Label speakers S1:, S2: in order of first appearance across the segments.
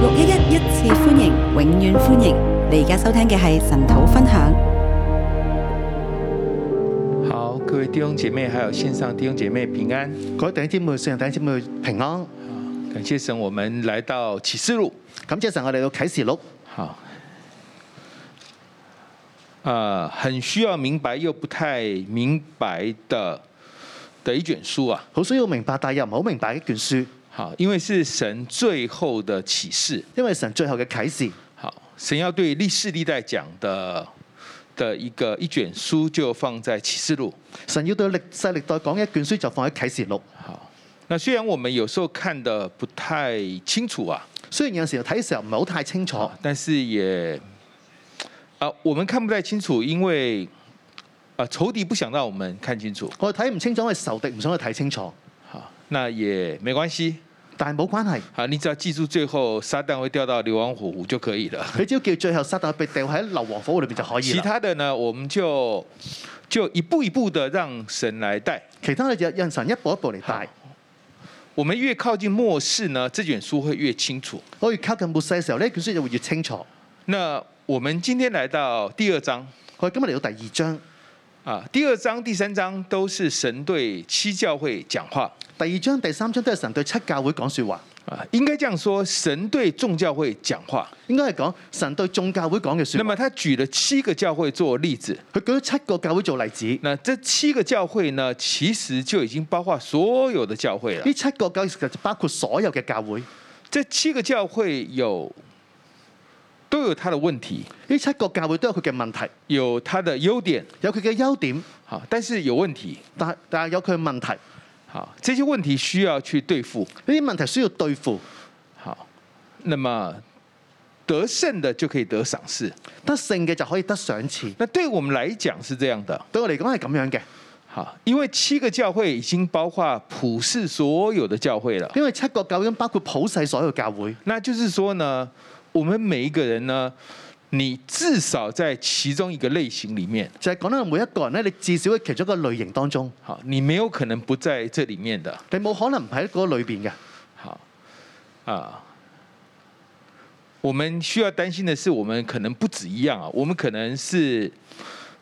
S1: 六一一一次歡迎，永遠歡迎！你而家收聽嘅係神土分享。
S2: 好，各位弟兄姐妹，还有线上弟兄姐妹平安。
S3: 各位弟兄姊妹、信徒弟兄姊妹平安，
S2: 感谢神，我们来到启示录。
S3: 感謝神，我哋到啟示錄，
S2: 好，呃，很需要明白又不太明白的的一卷书啊。
S3: 好需要明白，但又唔好明白一卷書，
S2: 好，因为是神最後的啟示。
S3: 因為神最後嘅啟示，
S2: 好，神要对历世历代讲的的一个一卷书，就放在启示录。
S3: 神要對歷世歷代講一卷書就放喺啟示錄。
S2: 好，那虽然我们有时候看的不太清楚啊，
S3: 雖然有時候睇嘅時候唔係好太清楚，
S2: 但是也啊，我们看不太清楚，因为啊，仇敌不想让我们看清楚。
S3: 我哋睇唔清楚，因為仇敵唔想去睇清楚，
S2: 好，那也没关系。啊
S3: 但係冇關係，
S2: 好，你只要记住最后撒旦会掉到硫磺湖就可以了。
S3: 佢只要叫最後撒旦被掉喺硫磺火裏邊就可以
S2: 其
S3: 啦。
S2: 他的呢，我们就就一步一步的让神来带。
S3: 其他嘅就讓神一步一步嚟帶。
S2: 我们越靠近末世呢，这卷书会越清楚。
S3: 我越靠近末世嘅時候，呢卷書就會越清楚。
S2: 那我们今天来到第二章
S3: 我哋今日嚟到第二章，
S2: 啊，第二章、第三章都是神对七教会讲话
S3: 第二章、第三章都係神對七教會講説話，
S2: 啊，應該这样說，神對眾教會講話。
S3: 應該係講神對眾教會講嘅説
S2: 那
S3: 話
S2: 么。他舉了七個教會做例子，
S3: 佢舉咗七個教會做例子，呢
S2: 那这七個教會呢，其實就已經包括所有的教會了。
S3: 七個教會其實就包括所有嘅教會，呢
S2: 这七個教會有都有他的問題，
S3: 七個教會都有佢嘅問題，
S2: 有他的優點，
S3: 有佢嘅優點，
S2: 好，但是有問題，
S3: 但係但係有佢嘅問題，呢
S2: 好，這些問題需要去對付。
S3: 啲問題需要對付，
S2: 好，那么得胜的就可以得賞識。
S3: 得勝嘅就可以得賞賜。
S2: 那對我們來講是這樣的，
S3: 對我嚟講係咁樣嘅，
S2: 好，因為七個教會已經包括普世所有的教會了。
S3: 因為七個教會包括普世所有教會，
S2: 那就是说呢，我們每一個人呢，你至少在其中一個類型裡面，
S3: 就係講緊每一個人咧，你至少喺其中一個類型當中，
S2: 好，你沒有可能不在這裡面的。
S3: 你冇可能唔喺嗰個裏邊嘅。
S2: 好，啊，我們需要擔心的是，我們可能不止一樣啊，我們可能是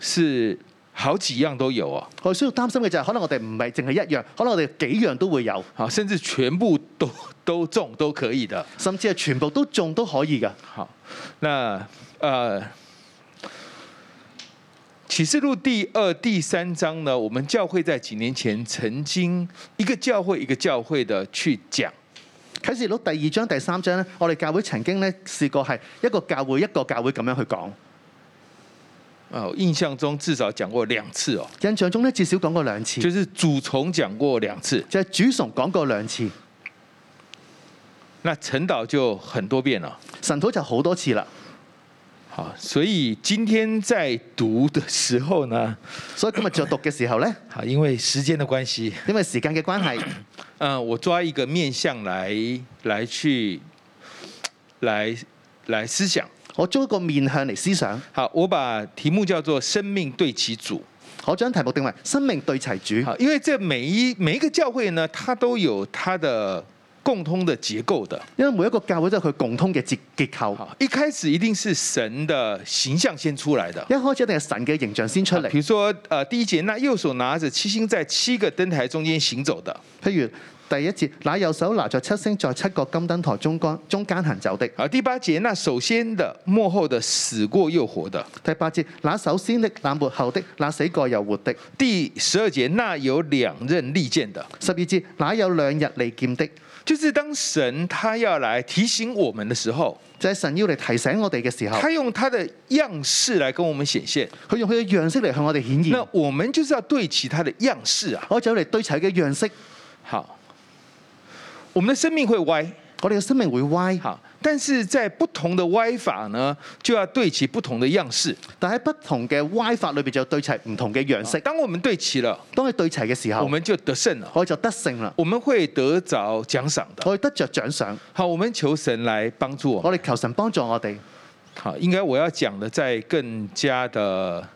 S2: 是好幾樣都有啊，
S3: 我哋需要擔心嘅就係可能我哋唔係淨係一樣，可能我哋幾樣都會有，
S2: 好，甚至全部都都中都可以的。
S3: 甚至係全部都中都可以嘅。
S2: 好，那呃，启示录第二、第三章呢，我们教会在几年前曾经一个教会一个教会的去讲，
S3: 啟示錄第二章、第三章咧，我哋教會曾經咧試過係一個教會一個教會咁樣去講。
S2: 呃，我印象中至少讲过两次哦，
S3: 印象中咧至少講過兩次，
S2: 就是主从讲过两次，
S3: 就係主崇講過兩次，
S2: 那陈导就很多遍了。
S3: 神土就好多次啦。
S2: 好，所以今天在读的时候呢，
S3: 所以今日就讀嘅 時候咧，
S2: 好，因为时间的关系，
S3: 因為時間嘅關係，
S2: 嗯，我抓一个面向来来去来来思想。
S3: 我將一個面向嚟思想，
S2: 好，我把题目叫做“生命对其主
S3: 我將題目定為生命對齊”。主。
S2: 好，因为这每一每一个教会呢，它都有它的共通的结构的。
S3: 因為每一個教會都有佢共通嘅結結構，
S2: 好，一开始一定是神的形象先出来的。
S3: 一開始一定係神嘅形象先出嚟
S2: 比。如说，呃，第一节，那右手拿着七星，在七个灯台中间行走的。
S3: 譬如第一節，那右手拿着七星，在七個金燈台中間中間行走的。
S2: 好，第八节，那首先的、幕后的、死过又活的。
S3: 第八節，那首先的，那末後的，那死過又活的。
S2: 第十二节，那有两刃利剑的，
S3: 十二節，那有兩日利劍的，
S2: 就是当神他要来提醒我们的时候，
S3: 就係、神要嚟提醒我哋嘅時候，
S2: 他用他的样式来跟我们显现。
S3: 佢用佢嘅樣式嚟向我哋顯現
S2: 那，我们就是要對齐他的樣式啊。
S3: 我就嚟堆砌佢嘅樣式，
S2: 好，我們的生命會歪，
S3: 我哋嘅生命會歪，
S2: 好，但是在不同的歪法呢，就要對齐不同的樣式。
S3: 但喺不同嘅歪法裏邊就堆砌唔同嘅樣式。
S2: 當我們對齐了，
S3: 當佢堆砌嘅時
S2: 我
S3: 候，
S2: 們就得勝了，
S3: 我就得勝啦，
S2: 我們會得着獎賞的。
S3: 我哋得着獎賞，
S2: 好，我們求神來幫助我們。
S3: 我哋求神幫助我哋。
S2: 好，應該我要講的再更加的，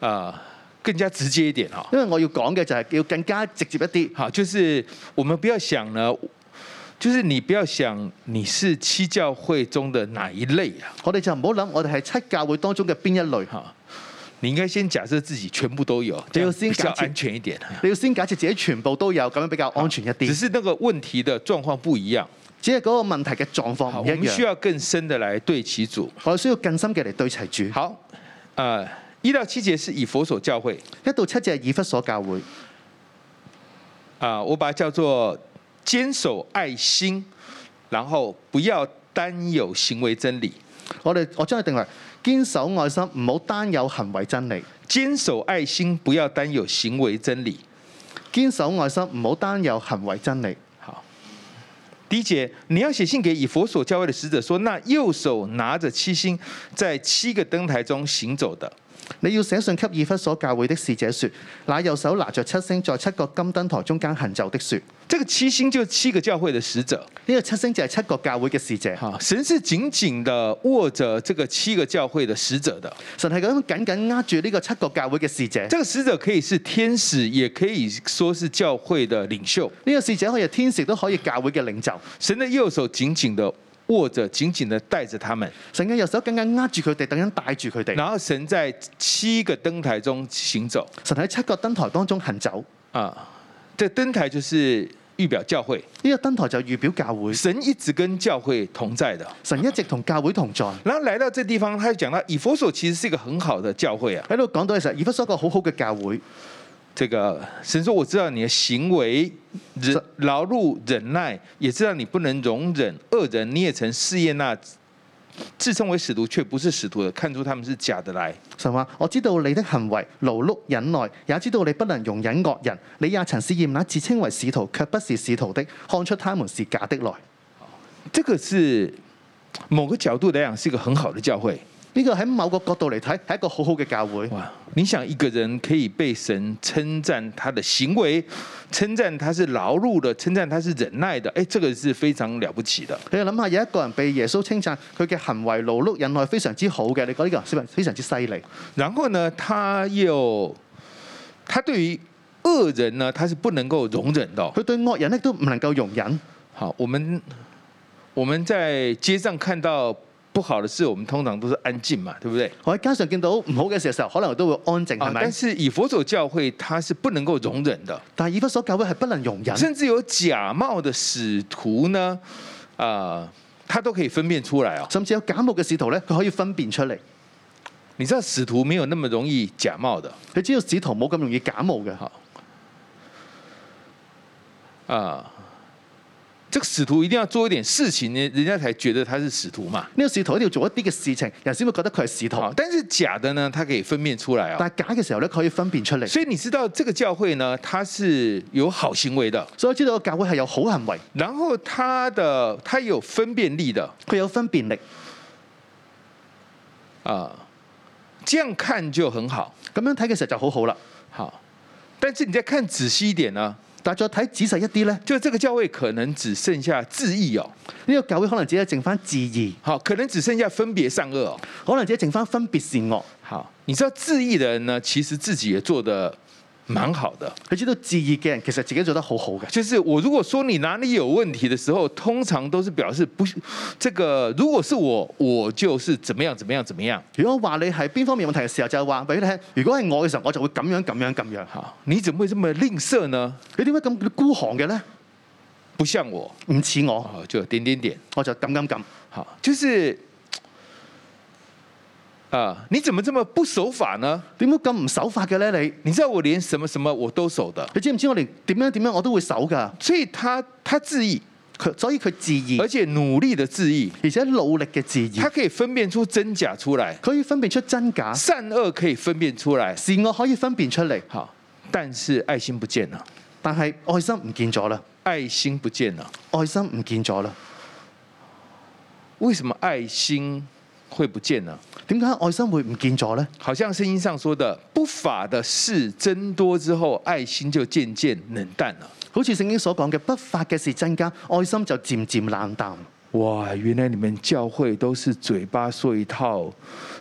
S2: 呃，更加直接一點啊。
S3: 因為我要講嘅就係要更加直接一啲，
S2: 好，就是我們不要想呢，就是你不要想你是七教会中的哪一类啊，
S3: 我哋就唔好諗我哋係七教會當中嘅邊一類。
S2: 哈，你應該先假設自己全部都有，
S3: 你
S2: 这
S3: 要
S2: 样
S3: 先
S2: 比較
S3: 假設
S2: 安全一點。
S3: 你要先假設自己全部都有，咁樣比較安全一
S2: 只
S3: 啲。
S2: 是那個問題的狀況不一樣，
S3: 只係嗰個問題嘅狀況
S2: 好，
S3: 唔
S2: 我
S3: 一
S2: 們需
S3: 樣，
S2: 要更深的來對其主。
S3: 我哋需要更深嘅嚟對齊主。
S2: 好，呃，一到七節是以佛所教會
S3: 一到七隻以弗所教會，
S2: 啊、我把它叫做堅守愛心，然後不要單有行為真理。
S3: 我哋我將佢定為堅守愛心，唔好單有行為真理。
S2: 堅守愛心，不要單有行為真理。
S3: 堅守愛心，唔好單有行為真理。
S2: 好，第一节，你要写信給以佛所教會的使者說，那右手拿着七星，在七個燈台中行走的，
S3: 你要寫信給以弗所教會的使者說：那右手拿着七星，在七個金燈台中間行走的說，呢、
S2: 這個七星就是七個教會的使者。
S3: 個七星就係七個教會嘅使者。
S2: 好，神是緊緊的握着這個七個教會的使者的。
S3: 神係咁緊緊握住呢個七個教會嘅使者。
S2: 這個使者可以是天使，也可以說是教會的領袖。
S3: 呢個使者可以係天使，都可以係教會嘅領袖。
S2: 神的右手緊緊的握着，緊緊的帶着他們，
S3: 神嘅右手緊緊握住佢哋，等緊帶住佢哋。
S2: 然後神在七個燈台中行走
S3: 神喺七個燈台當中行走，
S2: 啊。這燈台就是預表教會，
S3: 呢、個燈台就預表教會。
S2: 神一直跟教會同在的。
S3: 神一直同教會同在。
S2: 然後來到這地方，他就講到以佛所其實是一個很好的教會啊。
S3: 喺度講到嘅時候，以弗所一個好好嘅教會。
S2: 這個神說：“我知道你的行為，忍
S3: 是
S2: 勞碌忍耐，也知道你不能容忍恶人。你也曾试验那自称为使徒却不是使徒的，看出他们是假的来。
S3: 神話：我知道你的行為勞碌忍耐，也知道你不能容忍惡人。你也曾試驗那自稱為使徒卻不是使徒的，看出他們是假的來。
S2: 這個是某個角度來講是一個很好的教會。
S3: 呢個喺某個角度嚟睇係一個好好嘅教會。
S2: 哇！你想一個人可以被神稱讚他的行為，稱讚他是勞碌的，称赞他是忍耐的，哎，這個是非常了不起的。
S3: 你諗下，有一個人被耶穌稱讚，佢嘅行為勞碌忍耐非常之好嘅，你覺得呢個人非常非常之犀利。
S2: 然後呢，他又他對於惡人呢，他是不能夠容忍的哦、
S3: 佢對惡人咧都唔能夠容忍。
S2: 好，我們我們在街上看到不好的事，我們通常都是安靜嘛，對不對？
S3: 我喺街上見到唔好嘅時候，可能我都會安靜，係
S2: 啊，
S3: 咪
S2: 但？是以佛所教會，它是不能夠容忍的，
S3: 但係以弗所教會係不能容忍，
S2: 甚至有假冒的使徒呢，啊、他都可以分辨出來哦。
S3: 甚至有假冒嘅使徒咧，佢可以分辨出嚟。
S2: 你知道使徒沒有那麼容易假冒的，
S3: 佢知道使徒冇咁容易假冒嘅，
S2: 好，啊、這個使徒一定要做一點事情，人人家才覺得他是使徒嘛。
S3: 呢個使徒一定要做一啲嘅事情，人先會覺得佢係使徒。
S2: 好，但是假的呢，他可以分辨出來哦。
S3: 但係假嘅時候咧，佢可以分辨出嚟。
S2: 所以你知道這個教會呢，它是有好行為的，
S3: 所以我知道個教會係有好行為，
S2: 然後它的它有分辨力的
S3: 佢有分辨力，
S2: 啊、這樣看就很好。
S3: 咁樣睇嘅時候就好好啦。
S2: 好，但是你再看仔細一點呢，
S3: 但係再睇仔細一啲咧，呢、
S2: 就這個教會可能只剩下自義哦，
S3: 呢個教會可能只係剩翻自義，
S2: 好，可能只剩下分別善惡哦。
S3: 可能只係剩翻分別善惡。
S2: 好，你知道自義的人呢，其實自己也做得蠻好的。
S3: 佢知道自義嘅人其實自己做得好好嘅。
S2: 就是我如果說你哪裡有問題的時候，通常都是表示不，這個如果是我，我就是怎麼樣怎麼樣怎麼樣。
S3: 如果話你係邊方面有問題嘅時候，就係話俾你聽。如果係我嘅時候，我就會咁樣咁樣咁樣。
S2: 好，你怎麼會這麼吝嗇呢？
S3: 你點解咁孤寒嘅咧？
S2: 不像我，
S3: 唔似我，
S2: 哦，就點點點。
S3: 我就咁咁咁。
S2: 好，就是啊、你怎麼這麼不守法呢？
S3: 點解咁唔守法嘅咧？你
S2: 你知道我連什麼什麼我都守的，
S3: 你知唔知我連點樣點樣我都會守㗎？
S2: 所以他他自義，
S3: 佢所以佢自義
S2: 而，且努力的自義，
S3: 而且努力嘅自義
S2: 他，可以分辨出真假出來，
S3: 佢可以分辨出真假，
S2: 善惡可以分辨出來。
S3: 善惡可以分辨出嚟。
S2: 好，但是愛心不見了，
S3: 但係愛心唔見咗啦，
S2: 愛心不見了。
S3: 愛心唔見咗啦。
S2: 為什麼愛心會不見呢？
S3: 點解愛心會唔見咗咧？
S2: 好像聖經上說的，不法的事增多之後，愛心就漸漸冷淡了。
S3: 好似聖經所講嘅，不法嘅事增加，愛心就漸漸冷淡。
S2: 哇，原來你們教會都是嘴巴說一套，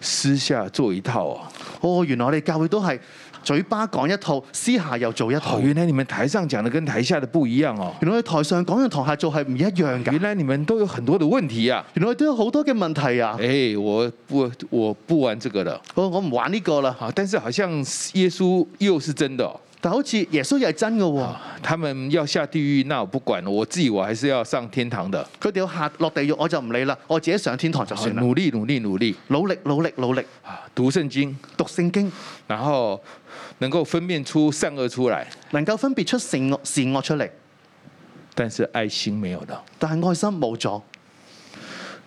S2: 私下做一套啊！
S3: 哦，原來我哋教會都係嘴巴講一套，私下又做一套
S2: 哦，。原来你们台上讲的跟台下的不一樣哦。
S3: 原來台上講樣，堂下做係唔一樣㗎。
S2: 原來你們都有很多的問題啊！
S3: 原來都有好多嘅問題啊！哦
S2: 哎，我不，我不玩這個了。
S3: 我我唔玩呢個啦，
S2: 好，但是好像耶穌又是真的、哦。
S3: 但好似耶穌又係真嘅喎，
S2: 啊他們要下地獄，那我不管，我自己我還是要上天堂的。
S3: 佢哋要下落地獄，我就唔理啦，我自己上天堂就
S2: 好
S3: 算啦。
S2: 努力，努力，努力
S3: 努力努力努力，
S2: 啊！讀聖經，
S3: 讀聖經
S2: 然後能夠分辨出善惡出來，
S3: 能夠分別出善惡善惡出嚟，
S2: 但是愛心沒有了。
S3: 但係愛心冇咗。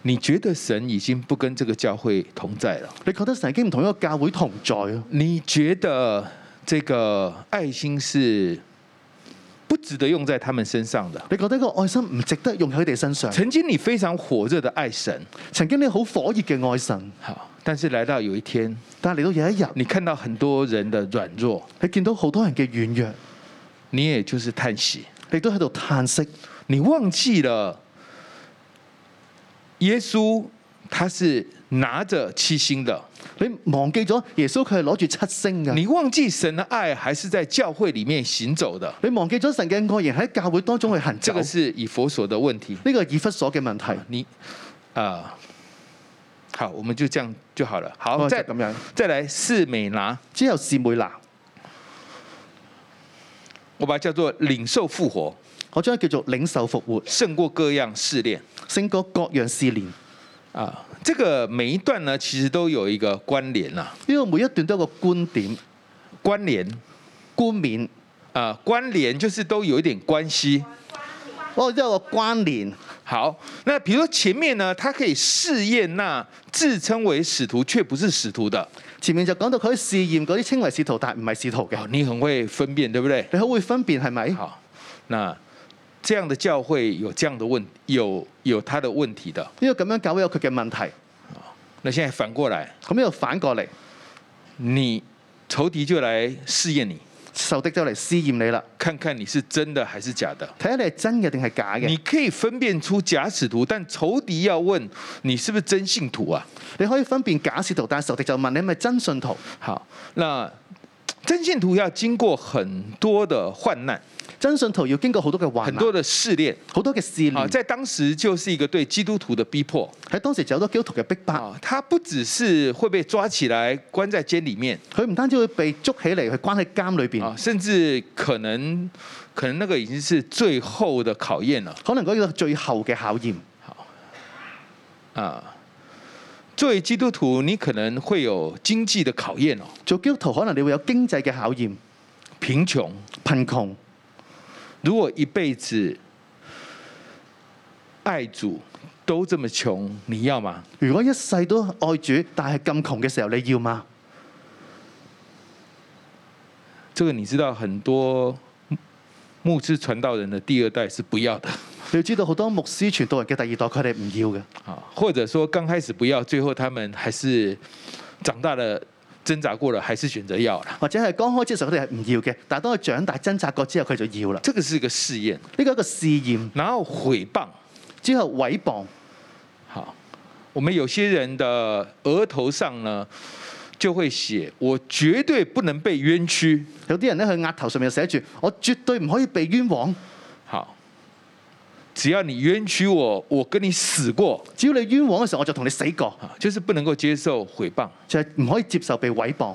S2: 你覺得神已經不跟這個教會同在了？
S3: 你覺得神經唔同一個教會同在啊？
S2: 你覺得這個愛心是不值得用在他們身上的？
S3: 你覺得個愛心唔值得用喺佢哋身上？
S2: 曾經你非常火熱的愛神，
S3: 曾經你好火熱嘅愛神，
S2: 好，但是來到有一天，
S3: 但係嚟到有一日，
S2: 你看到很多人的軟弱，
S3: 你見到好多人嘅軟弱，
S2: 你也就是嘆息，
S3: 你都喺度嘆息，
S2: 你忘記了耶穌他是拿着七星的，
S3: 你忘記咗耶穌佢係攞住七星㗎。
S2: 你忘記神的愛還是在教會裡面行走的，
S3: 你忘記咗神嘅愛，仍喺教會當中去行
S2: 這
S3: 走。
S2: 個是以佛所的問題。
S3: 呢個係以弗所嘅問題，
S2: 你啊、好，我們就這樣就好了。好，
S3: 哦
S2: 再
S3: 就咁樣
S2: 再來四美拿，
S3: 之後是妹拿，
S2: 我把它叫做領受復活，
S3: 我將佢叫做領受復活，
S2: 勝過各樣試煉
S3: 勝過各樣試煉。呢、
S2: 啊。這個每一段呢，其實都有一個關聯啦、
S3: 個每一段都有個觀點、
S2: 關聯
S3: 冠冕，
S2: 啊、關聯就是都有一點關係。
S3: 哦，都有個關聯。
S2: 好，那比如說前面呢，他可以試驗那自稱為使徒卻不是使徒的。
S3: 前面就講到佢試驗嗰啲稱為使徒，但係唔係使徒嘅
S2: 哦，，你很會分辨，對不對？
S3: 你好會分辨係咪？
S2: 好，那這樣的教會有這樣的問，有有他的問題的。
S3: 呢個咁樣教會有佢嘅問題。
S2: 那現在反過來，
S3: 咁呢度反過嚟，
S2: 你仇敵就來試驗你，
S3: 仇敵就嚟試驗你啦，
S2: 看看你是真的還是假的。
S3: 睇下你係真嘅定係假嘅。
S2: 你可以分辨出假使徒，但仇敵要問你是不是真信徒啊？
S3: 你可以分辨假使徒，但係仇敵就問你係咪真信徒。
S2: 好，那真信徒要經過很多的患難，
S3: 真信徒要經過好多嘅患
S2: 很
S3: 難
S2: 多，的試煉。
S3: 好多嘅試
S2: 啊，
S3: 煉。
S2: 在當時就是一個對基督徒的逼迫
S3: 喺當時就有好多基督徒嘅逼迫。
S2: 啊，他不只是會被抓起來關在監裡面
S3: 佢唔單止會被捉起嚟，去關喺監裏邊，
S2: 啊，甚至可能可能那個已經是最後的考驗了。
S3: 可能嗰個最後嘅考驗。
S2: 啊，作為基督徒，你可能會有經濟的考驗哦，
S3: 做基督徒可能你會有經濟嘅考驗、
S2: 貧窮。
S3: 貧窮。
S2: 如果一輩子愛主都這麼窮，你要嗎？
S3: 如果一世都愛主，但係咁窮嘅時候，你要嗎？
S2: 這個你知道，很多牧師傳道人的第二代是不要的
S3: 你要知道好多牧師傳道人嘅第二代，佢哋唔要嘅，
S2: 啊，或者說剛開始不要，最後他們還是長大了掙扎過了，還是選擇要了。
S3: 或者係剛開始嘅時候佢哋係唔要嘅，但係當佢長大掙扎過之後，佢就要啦。
S2: 這個是一個試驗，
S3: 呢個係一個試驗
S2: 然後毀謗。
S3: 之後毀謗，
S2: 好，我們有些人的額頭上呢，就會寫“我絕對不能被冤屈
S3: 有啲人咧佢額頭上面就寫住：我絕對唔可以被冤枉，”。
S2: 好，只要你冤屈我，我跟你死過。
S3: 只要你冤枉嘅時候，我就同你死過，
S2: 啊，就是不能夠接受毀謗。
S3: 就係唔可以接受被毀謗。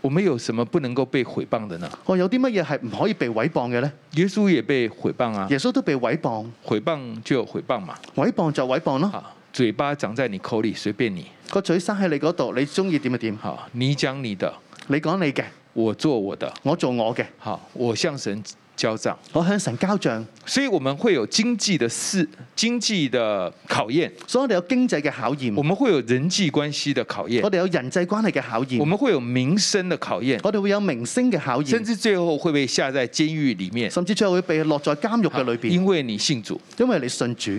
S2: 我們有什麼不能夠被毀謗的呢？
S3: 我有啲乜嘢係唔可以被毀謗嘅呢？
S2: 耶穌也被毀謗啊，
S3: 耶穌都被毀謗。
S2: 毀謗就有毀謗嘛。
S3: 毀謗就毀謗咯，
S2: 啊，嘴巴長在你口裡，隨便你。
S3: 個嘴生喺你嗰度，你中意點就點，
S2: 好，你講你的，
S3: 你講你嘅，
S2: 我做我的。
S3: 我做我嘅，
S2: 好，我向神交賬。
S3: 我向神交帳，
S2: 所以我們會有經濟的事，經濟的考驗。
S3: 所以我哋有經濟嘅考驗
S2: 我，們會有人際關係的考驗
S3: 我，哋有人際關係嘅考
S2: 我
S3: 驗，
S2: 們會有名聲的考驗，
S3: 我哋會有明星嘅考
S2: 甚
S3: 驗，
S2: 至最後會被下在監獄裡面，
S3: 甚至最後會被落在監獄嘅裏邊，
S2: 因為你信主
S3: 因為你信主，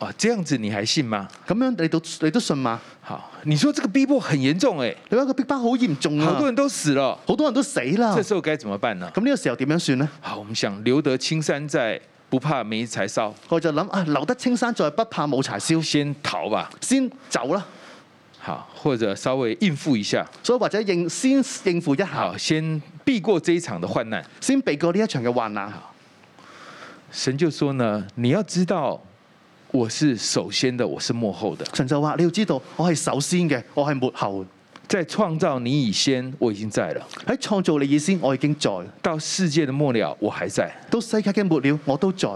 S2: 啊，這樣子你還信嗎？
S3: 咁樣你都你都信嘛？
S2: 好，你說這個逼迫很嚴重哎、
S3: 你話個逼迫好嚴重
S2: 好
S3: 啊
S2: 多，人都死了，
S3: 好多人都死啦
S2: 這，時候該怎麼辦呢？
S3: 咁呢個時候點樣算呢？
S2: 好，我們想留得青山在，不怕沒柴燒，
S3: 我就諗啊，留得青山在，不怕冇柴燒，
S2: 先逃吧。
S3: 先走啦。
S2: 好，或者稍微应付一下，
S3: 所以或者應先應付一下
S2: 好，，先避過這一場的患難。
S3: 先避過呢一場嘅患難。
S2: 神就說呢，你要知道，我是首先的，我是幕後的，
S3: 神就話：你要知道，我係首先嘅，我係末後。
S2: 在創造你以先，我已經在了；
S3: 喺創造你以先，我已經在；
S2: 到世界的末了，我還在。
S3: 到世界嘅末了，我都在。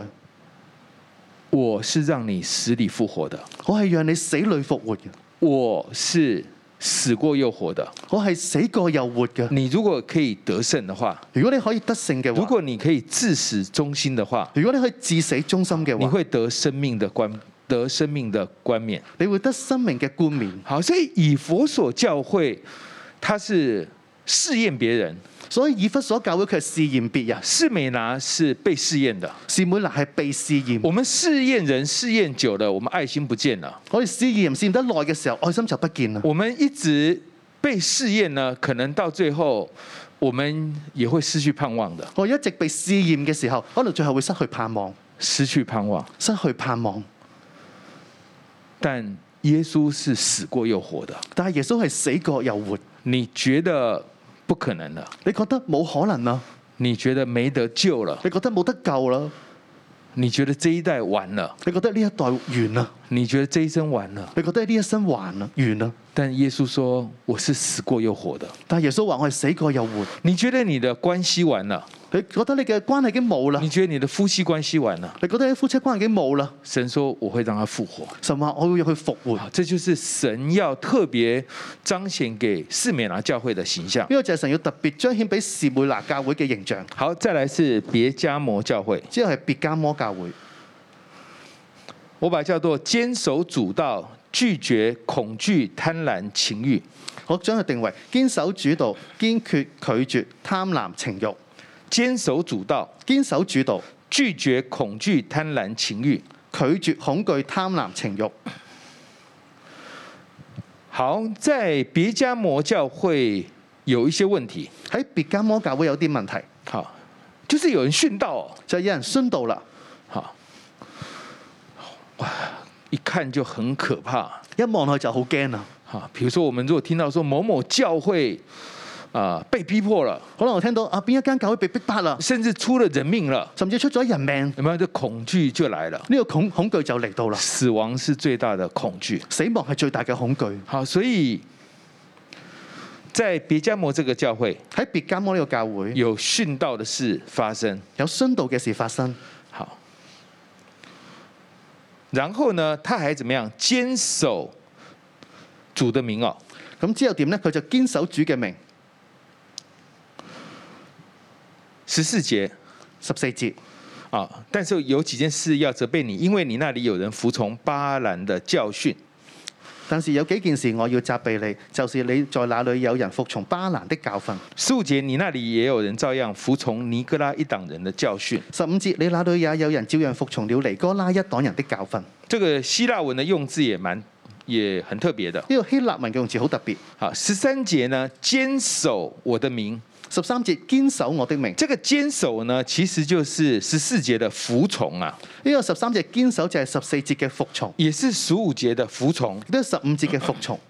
S2: 我是讓你死裡復活的，
S3: 我係讓你死裏復活嘅，
S2: 我是死過又活的。
S3: 我係死過又活嘅。
S2: 你如果可以得勝的話，
S3: 如果你可以得勝嘅
S2: 如
S3: 話，
S2: 果你可以至死忠心的話，
S3: 如果你可以至死忠心嘅
S2: 你
S3: 話，
S2: 會得生命的冠，得生命的冠冕。
S3: 你會得生命嘅冠冕。
S2: 好，所以以佛所教會，他是试验別人，
S3: 所以以弗所教會佢係試驗別人，
S2: 士美拿是被试验的。
S3: 士每拿係被試驗。
S2: 我們試驗人試驗久了，我們愛心不見了。
S3: 我哋試驗試驗得耐嘅時候，愛心就不見啦。
S2: 我們一直被試驗呢，可能到最後我們也會失去盼望的，
S3: 我一直被試驗嘅時候，可能最後會失去盼望，
S2: 失去盼望。
S3: 失去盼望。
S2: 但耶穌是死過又活的，
S3: 但係耶穌係死過又活，
S2: 你覺得不可能了，
S3: 你覺得冇可能啦，
S2: 你覺得沒得救了，
S3: 你覺得冇得救啦，
S2: 你覺得這一代完了，
S3: 你覺得呢一代完啦，
S2: 你覺得這一生完了。
S3: 你覺得呢一生還啦，完啦。
S2: 但耶穌說：“我是死過又活的。
S3: 但係耶穌話：我係死過又活。”
S2: 你覺得你的關係完了，
S3: 你覺得你嘅關係已經冇啦
S2: 你，覺得你的夫妻關係完了，
S3: 你覺得你夫妻關係已經冇啦。
S2: 神說：“我會讓他復活。”
S3: 神話我會讓佢復活，
S2: 好
S3: 呢、
S2: 这就是神要特别彰显给士美拿教會的形象。
S3: 個就係神要特別彰顯俾士每拿教會嘅形象。
S2: 好，再來是別加摩教會，
S3: 之後係別加摩教會，
S2: 我把它叫做堅守主道，拒絕恐懼、貪婪、情欲。
S3: 我將佢定為堅守主道、堅決拒絕貪婪情慾。
S2: 堅守主道，
S3: 堅守主道，
S2: 拒絕恐懼、貪婪、情欲。
S3: 拒絕恐懼、貪婪、情慾。
S2: 好，在別加摩教會有一些問題，
S3: 喺別加摩教會有啲問題，
S2: 好，就是有人殉道、哦，
S3: 就係有人殉道啦，
S2: 好，哇，一看就很可怕。
S3: 一望落去就好驚啊！
S2: 好，比如说我们如果听到说某某教會啊、被逼迫了，
S3: 可能我聽到啊邊一間教會被逼迫啦，
S2: 甚至出了人命了，
S3: 甚至出咗人命，呢、
S2: 有沒有？這恐懼就來了，
S3: 個恐恐懼就嚟到啦。
S2: 死亡是最大的恐懼。
S3: 死亡係最大嘅恐懼。
S2: 好，所以在別加摩這個教會
S3: 喺別加摩呢個教會，
S2: 有殉道的事發生。
S3: 有殉道嘅事發生。
S2: 好，然後呢，他還怎麼樣堅守主的名哦？
S3: 咁之後點呢？佢就堅守主嘅名。
S2: 十四節
S3: 十四節，
S2: 啊，但是有幾件事要責備你，因為你那裡有人服從巴蘭的教訓。
S3: 但是有幾件事我要責備你，就是你在那裏有人服從巴蘭的教訓。
S2: 十五節，你那裡也有人照樣服從尼哥拉一黨人的教訓。
S3: 十五節，你那裏也有人照樣服從了尼哥拉一黨人的教訓。呢、
S2: 這個希臘文的用字也蠻也很特別的。
S3: 個希臘文嘅用字好特別。
S2: 好，十三節呢，堅守我的名。
S3: 十三節，堅守我的名。
S2: 這個堅守呢，其實就是十四節的服從啊，
S3: 呢個十三隻堅守就係十四節嘅服從，
S2: 也是十五節的服從。
S3: 亦都係十五節嘅服從。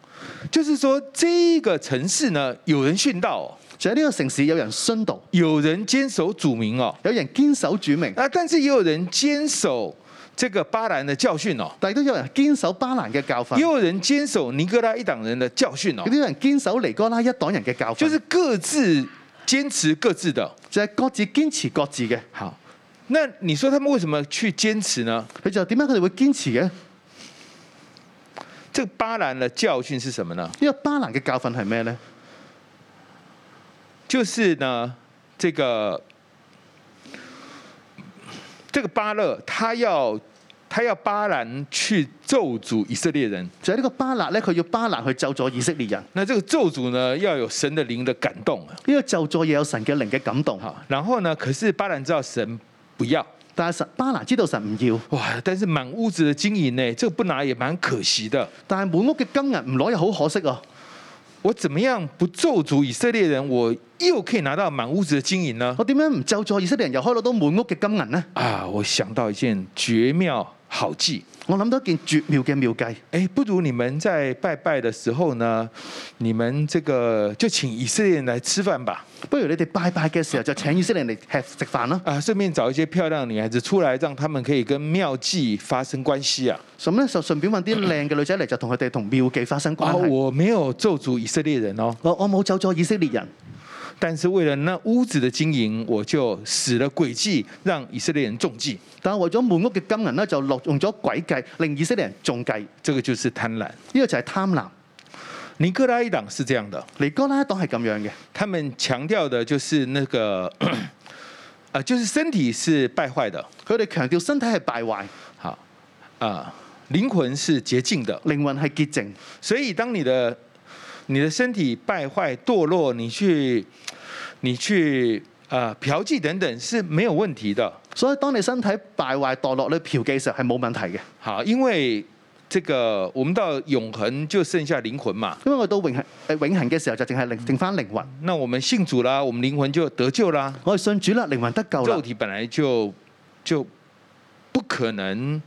S2: 就是說，這個城市呢，有人殉道哦、
S3: 就喺呢個城市有人殉道，
S2: 有人堅守主名哦，
S3: 有人堅守主名，
S2: 啊，但是也有人堅守這個巴蘭的教訓哦，
S3: 但亦都有人堅守巴蘭嘅教訓，
S2: 也
S3: 亦
S2: 有人堅守尼哥拉一黨人的教訓哦
S3: 都，有人堅守尼哥拉一黨人嘅教訓。
S2: 就是各自堅持各自的。
S3: 就係各自堅持各自嘅。
S2: 好，那你說他們為什麼去堅持呢？
S3: 佢就點解佢哋會堅持嘅？呢、
S2: 這個巴蘭的教訓是什麼呢？
S3: 個巴蘭嘅教訓係咩呢？
S2: 就是呢，這个这个巴勒他要他要巴兰去咒诅以色列人，
S3: 就係、呢個巴勒咧，佢要巴勒去咒咗以色列人。呢、
S2: 那这个咒诅呢要有神的灵的感動啊。
S3: 個咒咗嘢有神嘅靈嘅感動。
S2: 好，然后呢，可是巴兰知道神不要。
S3: 但係神巴勒知道神唔要，
S2: 哇！但是滿屋子的金銀呢，這個不拿也蠻可惜的。
S3: 但係滿屋嘅金銀唔攞又好可惜啊！
S2: 我怎麼樣不咒詛以色列人，我又可以拿到滿屋子的金銀呢？
S3: 我點樣唔咒咗以色列人又可以攞到滿屋嘅金銀呢？
S2: 啊，我想到一件絕妙好记。
S3: 我諗到一件絕妙嘅妙計，
S2: 哎，不如你们在拜拜的时候呢，你们这个就请以色列人来吃饭吧，
S3: 不如你哋拜拜嘅時候就請以色列人嚟吃食飯啦。
S2: 啊，顺便找一些漂亮女孩子出来，让他们可以跟妙计发生关系啊。
S3: 咁咧就順便揾啲靚嘅女仔嚟，就同佢哋同妙計發生關
S2: 啊，
S3: 係。
S2: 我没有咒诅以色列人哦，
S3: 我我冇走咗以色列人，
S2: 但是为了那屋子的经营，我就使了诡计，讓以色列人中計。
S3: 但係為咗滿屋嘅金銀咧，就落用咗詭計，令以色列人中計。呢、
S2: 這個就是貪婪。
S3: 個就係貪婪。
S2: 尼哥拉一黨是這樣的，
S3: 尼哥拉一黨係咁樣嘅，
S2: 他們強調的就是那 個，啊，就是身體是敗壞的，
S3: 佢哋強調身體係敗壞，
S2: 好啊，靈魂是潔淨的。
S3: 靈魂係潔淨。
S2: 所以當你的你的身體敗壞墮落，你去你去啊嫖妓等等是沒有問題的。
S3: 所以當你身體敗壞墮落你嫖妓嘅時候係冇問題嘅，
S2: 好，因為這個我們到永恆就剩下靈魂嘛。
S3: 因為我到永恆誒永恆嘅時候就淨係靈剩翻靈魂。
S2: 那我們信主啦，我們靈魂就得救啦。
S3: 我哋信主啦，靈魂得救啦
S2: 肉。體本來就就不可能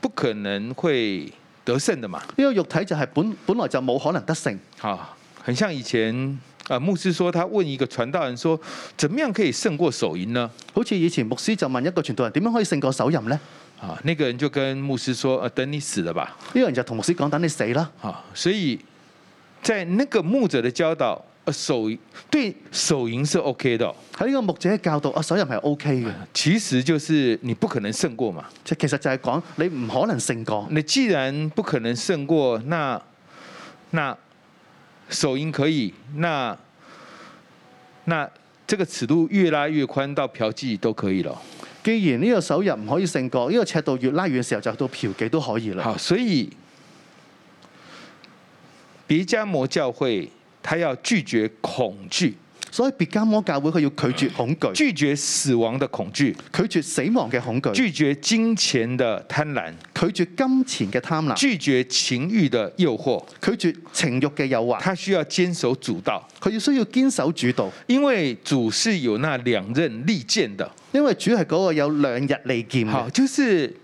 S2: 不可能會得勝的嘛。
S3: 呢個肉體就係本本來就冇可能得勝。
S2: 好，很像以前啊、呃牧師說他問一個傳道人說，怎麼樣可以勝過手淫呢？
S3: 好似以前牧師就問一個傳道人點樣可以勝過手淫呢？
S2: 啊，那個人就跟牧師說，呃，等你死了吧。
S3: 呢個人就同牧師講：等你死啦！
S2: 啊，所以在那個牧者的教導，呃，手對手淫是 OK 的哦、
S3: 喺呢個牧者嘅教導，啊手淫係 O K 嘅，
S2: 其實就是你不可能勝過嘛。
S3: 即其實就係講你唔可能勝過。
S2: 你既然不可能勝過，那那手淫可以，那那这個尺度越拉越寬，到嫖妓都可以了。
S3: 既然呢個手淫唔可以勝過，呢、個尺度越拉遠嘅時候，就到嫖妓都可以啦。
S2: 好，所以別加摩教會他要拒絕恐懼，
S3: 所以別加摩教會佢要拒絕恐懼，
S2: 拒絕死亡的恐懼，
S3: 拒絕死亡嘅恐懼，
S2: 拒絕金錢的貪婪，
S3: 拒絕金錢嘅貪婪，
S2: 拒絕情欲的誘惑。
S3: 拒絕情欲嘅誘惑。
S2: 他需要堅守主道，
S3: 佢要需要堅守主導，
S2: 因為主是有那兩刃利劍的。
S3: 因為主係嗰個有兩日利劍嘅
S2: 好，就是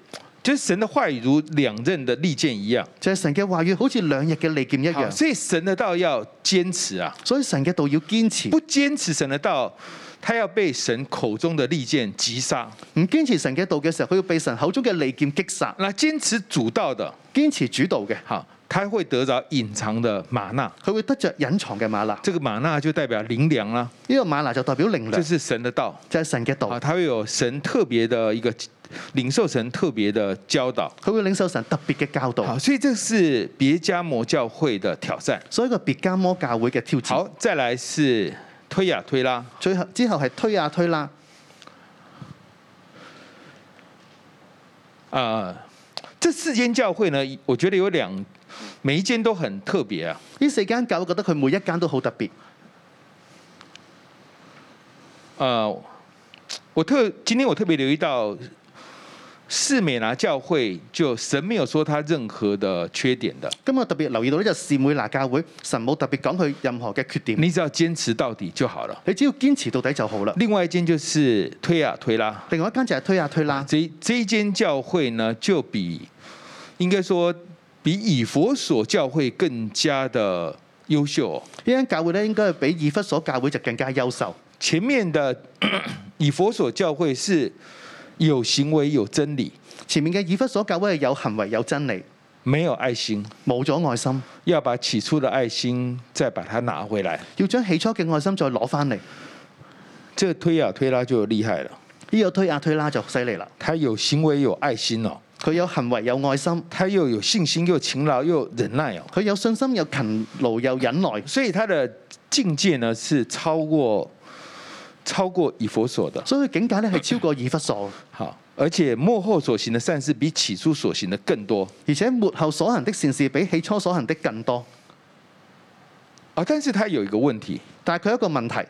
S2: 就是神的話語如兩刃的利劍一樣，
S3: 就係神嘅話語好似兩日嘅利劍一
S2: 好
S3: 樣。
S2: 所以神的道要堅持啊，
S3: 所以神嘅道要堅持，
S2: 不堅持神的道，他要被神口中的利劍擊殺。
S3: 唔堅持神嘅道嘅時候，佢要被神口中嘅利劍擊殺。
S2: 那堅持主道的，
S3: 堅持主導嘅，
S2: 好，他會得着隱藏的瑪納。
S3: 佢會得着隱藏嘅馬拿。
S2: 這個瑪納就代表靈糧啦，
S3: 呢、個馬拿就代表靈
S2: 這
S3: 糧，
S2: 是神的道
S3: 就係神嘅道。
S2: 啊，他會有神特別的一個領受神特別的教導。
S3: 佢會領受神特別嘅教導
S2: 好，。所以這是別加摩教會的挑戰。
S3: 所以個別加摩教會嘅挑戰。
S2: 好，再來是推呀推拉。
S3: 最後之後係推啊推啦，
S2: 啊，这四间教会呢，我觉得有两，每一间都很特别啊。
S3: 呢四間教會覺得佢每一間都好特別。
S2: 呃，我特今天我特别留意到，士美拿教会就神没有说他任何的缺点的，
S3: 今日我特別留意到呢就士每拿教會，神冇特別講佢任何嘅缺點，
S2: 你只要坚持到底就好了。
S3: 你只要堅持到底就好啦。
S2: 另外一间就是推啊推拉，
S3: 另外一間就係推啊推啦，
S2: 这这一间教会呢，就比应该说比以佛所教会更加的优秀哦、
S3: 呢間教會咧應該係比以弗所教會就更加優秀。
S2: 前面的 以佛所教会是有行为有真理，
S3: 前面嘅以弗所教會係有行為有真理，
S2: 没有爱心，
S3: 冇咗愛心，
S2: 要把起初的爱心再把它拿回来。
S3: 要將起初嘅愛心再攞翻嚟。
S2: 这个推啊推拉就厉害了，
S3: 呢、個推啊推啦就犀利啦，
S2: 他有行为有爱心哦，
S3: 佢有行為有愛心，
S2: 他又有信心又勤劳又忍耐哦，
S3: 佢有信心有勤勞有忍耐，
S2: 所以他的境界呢是超过超过以佛所的。
S3: 所以境界咧係超過以弗所，
S2: 好，而且幕后所行的善事比起初所行的更多
S3: 而且末後所行的善事比起初所行的更多。
S2: 啊、但是他有一个问题，
S3: 但係佢有一個問題，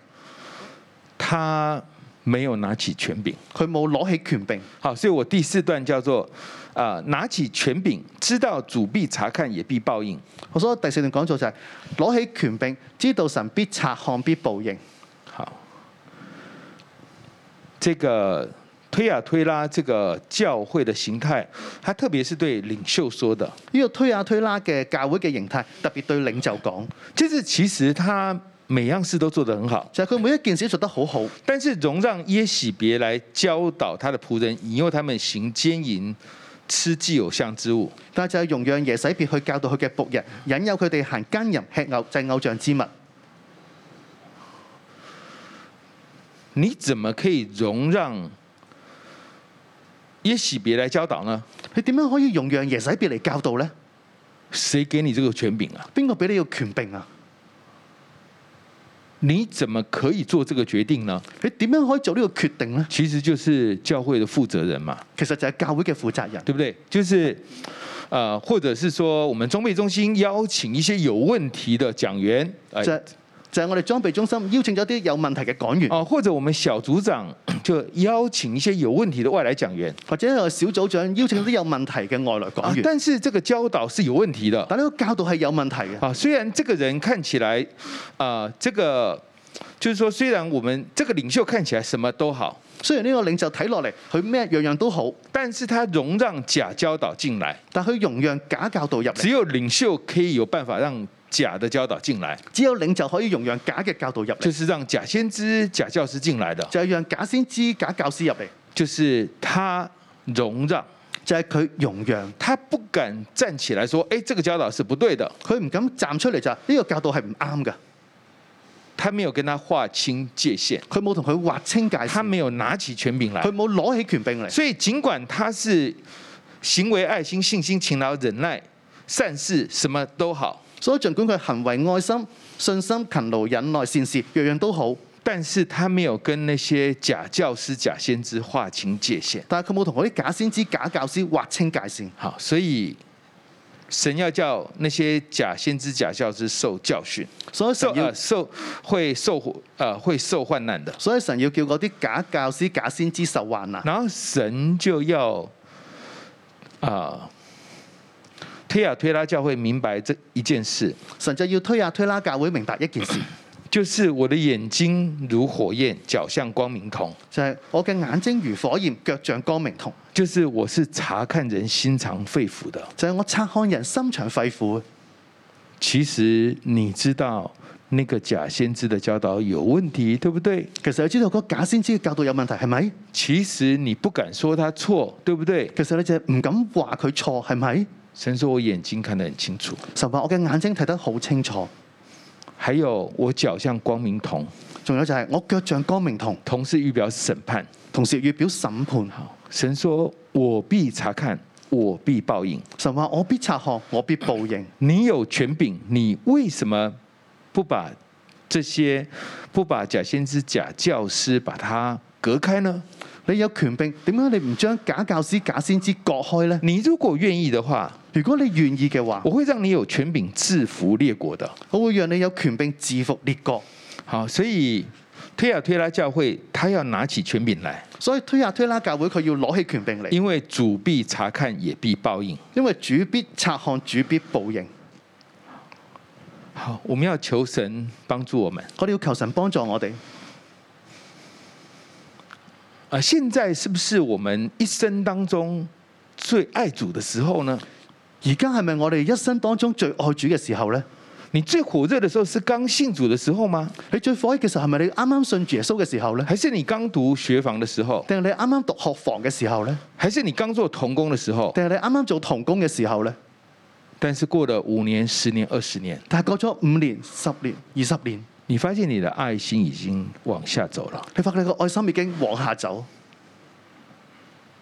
S2: 他没有拿起权柄。
S3: 佢冇攞起權柄。
S2: 好，所以我第四段叫做啊、呃拿起权柄，知道主必查看，也必报应。
S3: 我所以第四段講咗就係、攞起權柄，知道神必察看必報應。
S2: 好，这个推啊推拉这个教会的形态，他特别是对领袖说的，
S3: 呢個推下推拉嘅教會嘅形態，特別對領袖講，
S2: 就是其实他每样事都做得很好，
S3: 就係、佢每一件事做得好好，
S2: 但是容让耶喜别来教导他的仆人，引诱他们行奸淫、吃祭偶像之物。
S3: 但係就係容讓耶洗別去教導佢嘅仆人，引誘佢哋行奸淫、吃偶、祭偶像之物。
S2: 你怎么可以容让耶喜别来教导呢？
S3: 你點樣可以容讓耶洗別嚟教導呢？
S2: 谁给你这个权柄啊？
S3: 邊個俾你個權柄啊？
S2: 你怎么可以做这个决定呢？
S3: 你點樣可以做呢個決定呢？
S2: 其实就是教会的负责人嘛，
S3: 其實就係教會嘅負責人，
S2: 对不对？就是，呃，或者是说，我们中备中心邀请一些有问题的讲员，哎
S3: 就係、就係我哋裝備中心邀請咗啲有問題嘅講員，
S2: 哦、或者我们小组长 就邀请一些有问题的外来讲员。
S3: 或者係小組長邀請啲有問題嘅外來
S2: 啊
S3: 講，員。
S2: 但是这个教导是有问题的
S3: 但呢個教導係有問題嘅。
S2: 啊。虽然这个人看起来，啊、这个就是说，虽然我们这个领袖看起来什么都好，
S3: 雖然呢個領袖睇落嚟，佢咩樣樣都好，
S2: 但是他容讓假教導進來，
S3: 但佢容讓假教導入嚟
S2: 只。有領袖可以有辦法讓假的教導進來，
S3: 只有領袖可以容讓假嘅教導入
S2: 就
S3: 嚟，
S2: 是讓假先知、假教師進來的，
S3: 就係讓假先知、假教師入嚟，
S2: 就是他容讓，
S3: 就係佢容讓，
S2: 他不敢站起來說：“哎、这個教導是不對的。
S3: 佢唔敢站出嚟就係呢個教導係唔啱嘅，”
S2: 他沒有跟他劃清界限，
S3: 佢冇同佢劃清界
S2: 他
S3: 線，
S2: 沒有拿起權柄來
S3: 佢。冇攞起權柄嚟，
S2: 所以，儘管他是行為、愛心、信心、勤勞、忍耐、善事，什麼都好，
S3: 所以儘管佢行為愛心、信心、勤勞、忍耐、善事，樣樣都好，
S2: 但是他沒有跟那些假教師、假先知劃清界限。
S3: 但係佢冇同嗰啲假先知、假教師劃清界線，
S2: 好，所以神要叫那些假先知、假教師受教訓，
S3: 所以
S2: 受
S3: 神要
S2: 呃。受会受苦呃会受患难的，
S3: 所以神要叫嗰啲假教師、假先知受患難，
S2: 然后神就要啊、呃推啊推拉教会明白这一件事，
S3: 神就要推下推拉教會明白一件事，
S2: 就是我的眼睛如火焰，脚像光明筒，
S3: 就係、我嘅眼睛如火焰，腳像光明銅，
S2: 就是我是查看人心肠肺腑的。
S3: 就係、我察看人心腸肺腑。
S2: 其实你知道那个假先知的教导有问题，对不對
S3: 其實你知道嗰假先知嘅教導有問題係咪？
S2: 其实你不敢说他错，对不对？
S3: 其實你就係唔敢話佢錯係咪？
S2: 神说我眼睛看得很清楚，
S3: 神話我嘅眼睛睇得好清楚，
S2: 还有我脚像光明铜，
S3: 仲有就係我腳像光明銅，
S2: 铜是预表审判。
S3: 同時要表審判。
S2: 好，神说我必查看，我必报应。
S3: 神話我必察看，我必報應。
S2: 你有权柄，你为什么不把这些不把假先知、假教师把它隔开呢？
S3: 你有權柄，點解你唔將假教師、假先知割開呢？
S2: 你如果愿意的话，
S3: 如果你願意嘅話，
S2: 我会让你有权柄制服列国的。
S3: 我會讓你有權柄制服列國。
S2: 好，所以推啊推拉教会，他要拿起权柄来。
S3: 所以推下推拉教會，佢要攞起權柄嚟，
S2: 因为主必查看，也必报应。
S3: 因為主必察看，主必報應。
S2: 好，我们要求神帮助我们。
S3: 我哋要求神幫助我哋。
S2: 啊，现在是不是我们一生当中最爱主的时候呢？
S3: 而家係咪我哋一生當中最愛主嘅時候呢？
S2: 你最火热的时候是刚信主的时候吗？
S3: 你最火嘅時候係咪你啱啱信主耶穌嘅時候呢？
S2: 还是你刚读学房的时候？
S3: 定係你啱啱讀學房嘅時候呢？
S2: 还是你刚做童工的时候？
S3: 定係你啱啱做童工嘅時候呢？
S2: 但是過了五年、十年、二十年，
S3: 但係過咗五年、十年、二十年，
S2: 你发现你的爱心已经往下走了，
S3: 你發覺你個愛心已經往下走，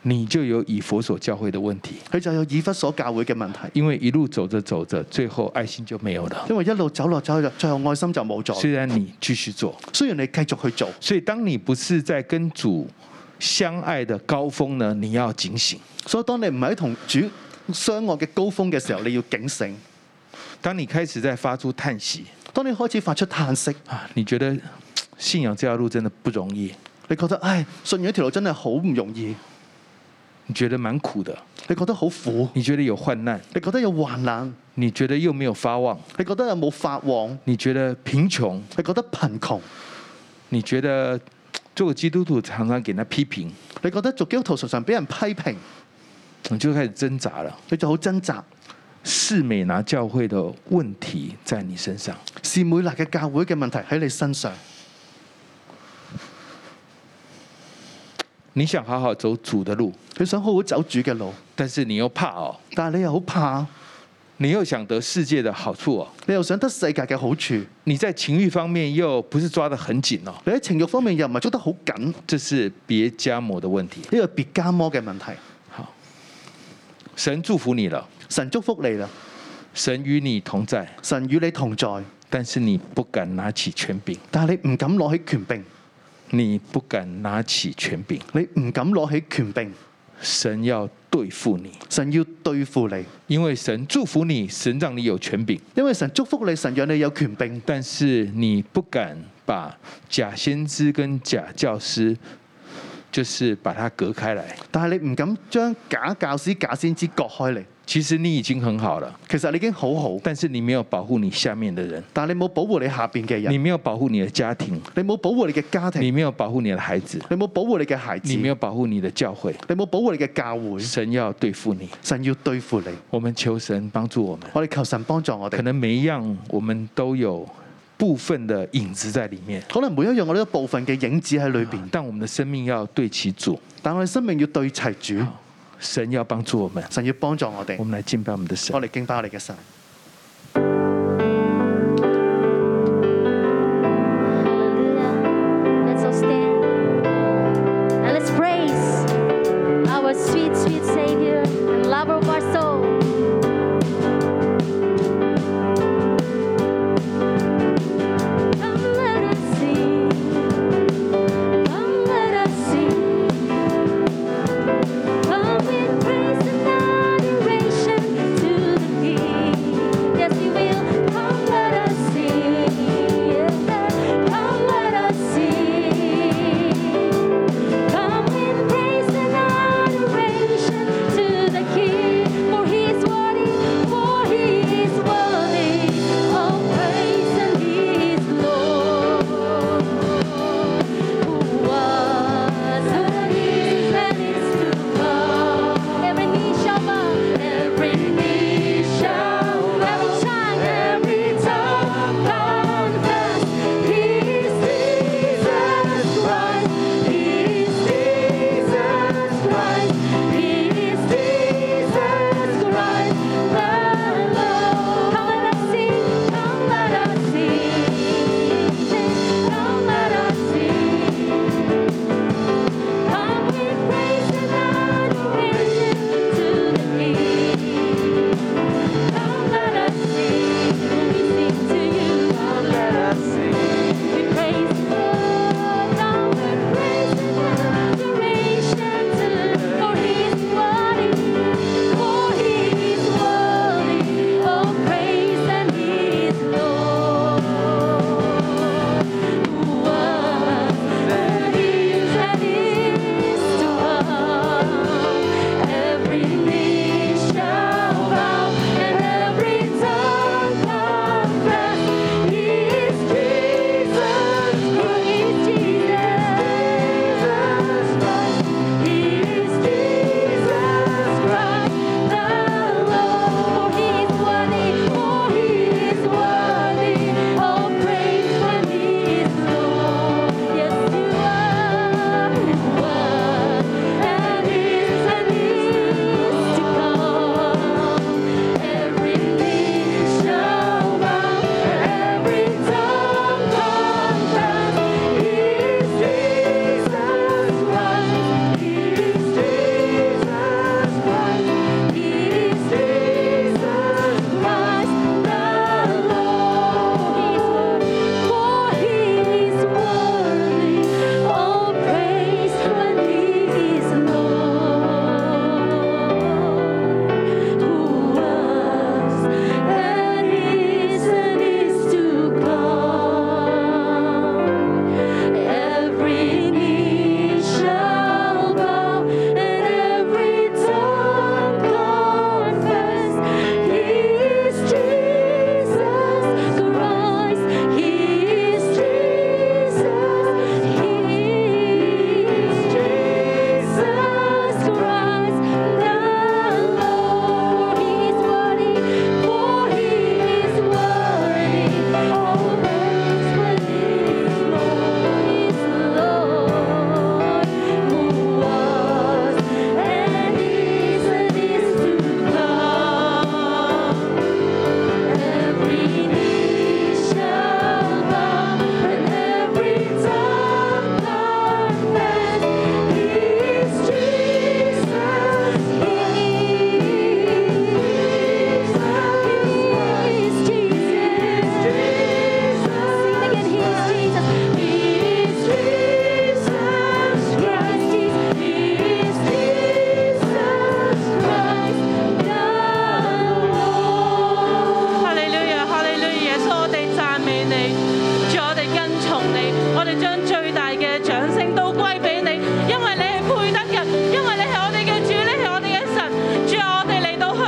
S2: 你就有以佛所教会的問題。
S3: 佢就有以弗所教會嘅問題，
S2: 因为一路走着走着，最后愛心就沒有了。
S3: 因為一路走落走去，最後愛心就冇
S2: 虽
S3: 咗。
S2: 然你继续做，
S3: 雖然你繼續去做，
S2: 所以当你不是在跟主相爱的高峰呢，你要警醒；
S3: 所以當你唔係喺同主相愛嘅高峰嘅時候，你要警醒。
S2: 当你开始在發出叹息
S3: 當你開始發出嘆息，
S2: 啊，你覺得嘖信仰这条路真的不容易，
S3: 你覺得唉，信仰呢條路真係好唔容易，
S2: 你覺得蠻苦的，
S3: 你覺得好苦，
S2: 你覺得有患難，
S3: 你覺得有患難，
S2: 你覺得又沒有發旺，
S3: 你覺得有冇發旺，
S2: 你覺得貧窮，
S3: 你覺得貧窮。
S2: 你覺得嘖做个基督徒常常给人家批评，
S3: 你覺得做基督徒常常俾人批評，
S2: 你就开始挣扎了。
S3: 你就好掙扎。
S2: 是美拿教会的问题在你身上，
S3: 是每立嘅教會嘅問題喺你身上，
S2: 你想好好走主的路，
S3: 佢想好好走主嘅路，
S2: 但是你又怕哦，
S3: 但係你又好怕，
S2: 你又想得世界的好处哦，
S3: 你又想得世界嘅好處，
S2: 你在情欲方面又不是抓得很紧哦，
S3: 你喺情慾方面又唔係捉得好緊，呢
S2: 这是别加摩的問題。
S3: 個別加魔嘅問題。
S2: 好，神祝福你了，
S3: 神祝福你啦，
S2: 神與你同在，
S3: 神與你同在，
S2: 但是你不敢拿起權柄，
S3: 但係你唔敢攞起權柄，
S2: 你不敢拿起權柄，
S3: 你唔敢攞起權柄，
S2: 神要對付你，
S3: 神要對付你，
S2: 因為神祝福你，神讓你有權柄，
S3: 因為神祝福你，神讓你有權柄，
S2: 但是你不敢把假先知跟假教師，就是把它隔開來。
S3: 但係你唔敢將假教師、假先知割開嚟。
S2: 其實你已經很好了，
S3: 其實你已經好好，
S2: 但是你沒有保護你下面的人，
S3: 但係你冇保護你下邊嘅人
S2: 你，沒有保護你的家庭，
S3: 你冇保護你嘅家庭
S2: 你。沒有保護你的孩子，
S3: 你冇保護你嘅孩子，
S2: 你沒有保護你的教會。
S3: 你冇保護你嘅教會，
S2: 神要對付你，
S3: 神要對付你。
S2: 我們求神幫助我們。
S3: 我哋求神幫助我
S2: 可
S3: 哋。
S2: 能每一樣我們都有部分的影子在裡面，
S3: 可能每一樣我哋都有部分嘅影子喺裏邊，
S2: 但我們的生命要對其主，
S3: 但我哋生命要對齊主，
S2: 啊神要幫助我們。
S3: 神要幫助我哋
S2: 我。們來敬拜我們的神
S3: 我。哋敬拜我哋嘅神。
S4: Hallelujah. Let's all stand and let's praise our sweet, sweet Savior and lover of our soul. Come, let us sing. Come, let us sing. Come with praise and adoration to the King.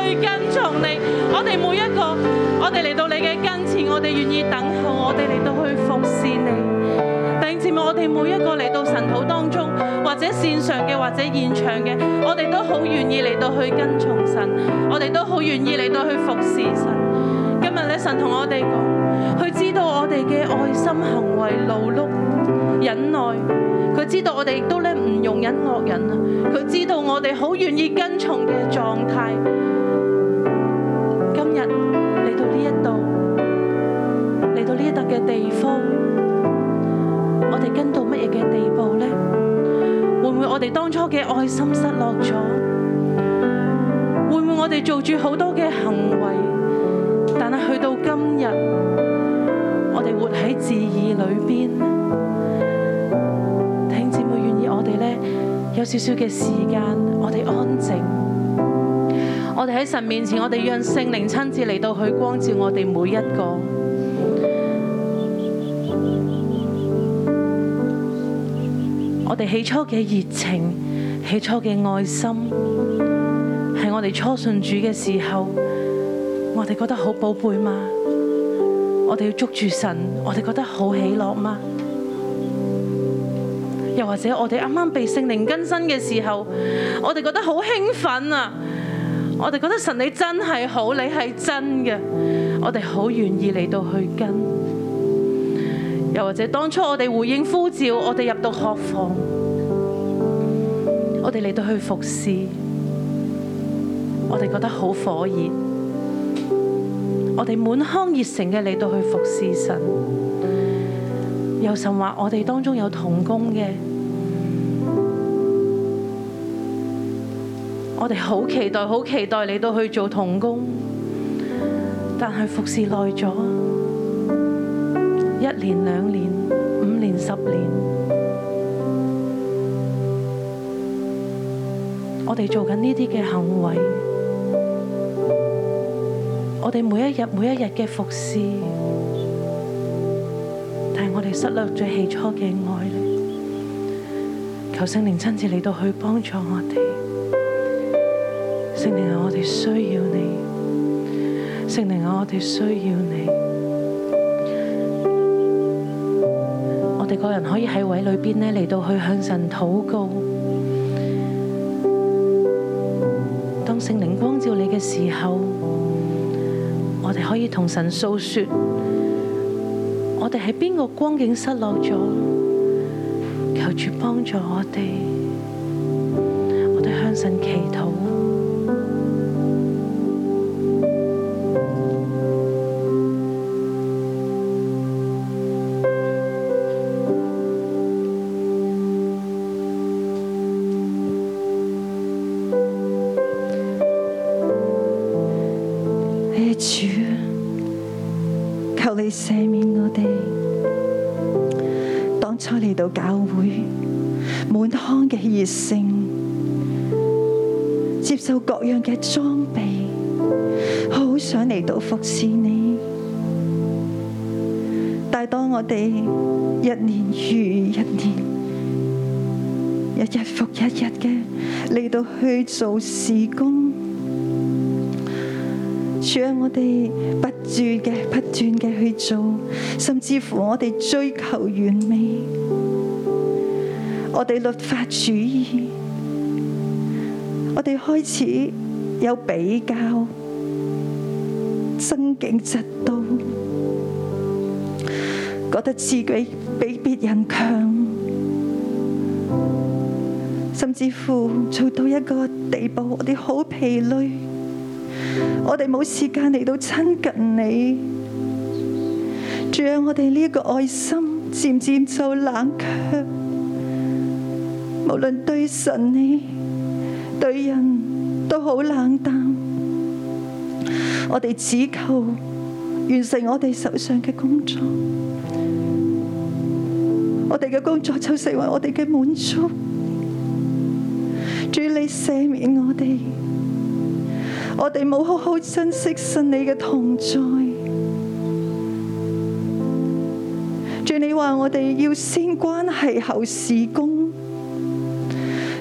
S5: 我哋每一個，我哋嚟到你嘅跟前，我哋願意等候，我哋嚟到去服侍你。弟兄姊妹，我哋每一個嚟到神土當中，或者線上嘅，或者現場嘅，我哋都好願意嚟到去跟從神，我哋都好願意嚟到去服侍神。今日咧，神同我哋講，佢知道我哋嘅愛心行為勞碌忍耐，佢知道我哋亦都咧唔容忍惡人啊，佢知道我哋好願意跟從嘅狀態。今日嚟到呢一度，嚟到呢一笪嘅地方。我哋跟到乜嘢嘅地步呢？會唔會我哋當初嘅愛心失落咗？會唔會我哋做住好多嘅行為，但係去到今日，我哋活喺自義裏邊？弟兄姊妹願意我哋呢，有少少嘅時間，我哋安靜，我哋喺神面前，我哋讓聖靈親自嚟到去光照我哋每一個。我哋起初嘅熱情，起初嘅愛心，係我哋初信主嘅時候，我哋覺得好寶貝嗎？我哋要捉住神，我哋覺得好喜樂嗎？又或者我哋啱啱被聖靈更新嘅時候，我哋覺得好興奮啊！我哋覺得神你真係好，你係真嘅，我哋好願意嚟到去跟。又或者當初我哋回應呼召，我哋入到學房，我哋嚟到去服侍，我哋覺得好火熱，我哋滿腔熱誠嘅嚟到去服侍神。有神話我哋當中有同工嘅，我哋好期待，好期待嚟到去做同工，但係服侍耐咗。一年、兩年、五年、十年，我哋做緊呢啲嘅行為，我哋每一日每一日嘅服侍，但係我哋失落咗起初嘅愛咧。求聖靈親自嚟到去幫助我哋，聖靈啊，我哋需要你，聖靈啊，我哋需要你。我哋個人可以喺位裏邊咧嚟到去向神禱告。當聖靈光照你嘅時候，我哋可以同神訴說，我哋喺邊個光景失落咗，求主幫助我哋，我哋向神祈禱。
S6: 唉主啊，求你赦免我哋當初嚟到教會滿腔嘅熱誠，接受各樣嘅裝備，好想嚟到服侍你。但係當我哋一年如一年，日日復一日嘅嚟到去做事工。主啊，我哋不住嘅、不斷嘅去做，甚至乎我哋追求完美，我哋律法主義，我哋開始有比較、爭競、嫉妒，覺得自己比別人強，甚至乎做到一個地步，我哋好疲累。我哋冇時間嚟到親近你，仲有我哋呢個愛心漸漸就冷卻，無論對神你對人都好冷淡。我哋只求完成我哋手上嘅工作，我哋嘅工作就成為我哋嘅滿足。主你赦免我哋。我哋冇好好珍惜神你嘅同在。主你話我哋要先關係後事工，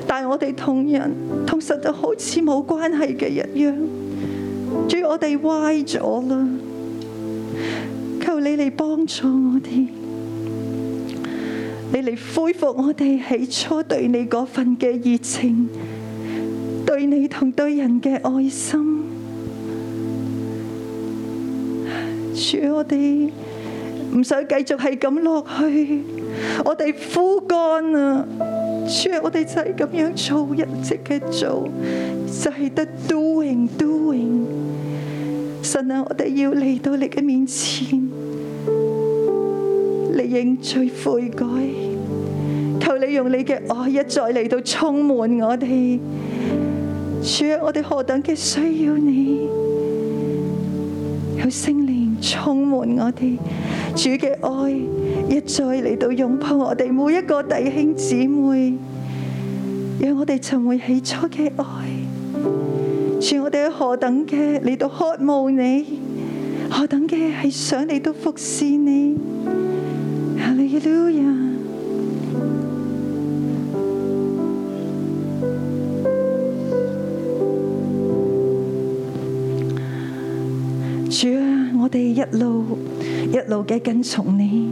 S6: 但係我哋同人同實就好似冇關係嘅一樣。主，我哋歪咗啦，求你嚟幫助我哋，你嚟恢復我哋起初對你嗰份嘅熱情，對你同對人嘅愛心。主，我哋唔想繼續係咁落去，我哋枯乾啦。主，我哋就係咁樣做，一直嘅做，就係得 doing doing。神啊，我哋要嚟到你嘅面前，嚟認罪悔改。求你用你嘅愛一再嚟到充滿我哋。主啊，我哋何等嘅需要你。有聖靈充滿我哋，主嘅愛一再嚟到擁抱我哋每一個弟兄姊妹，讓我哋尋回起初嘅愛。主，我哋何等嘅嚟到渴慕你，何等嘅係想嚟到服侍你。哈利路亞！主啊，我哋一路一路嘅跟從你，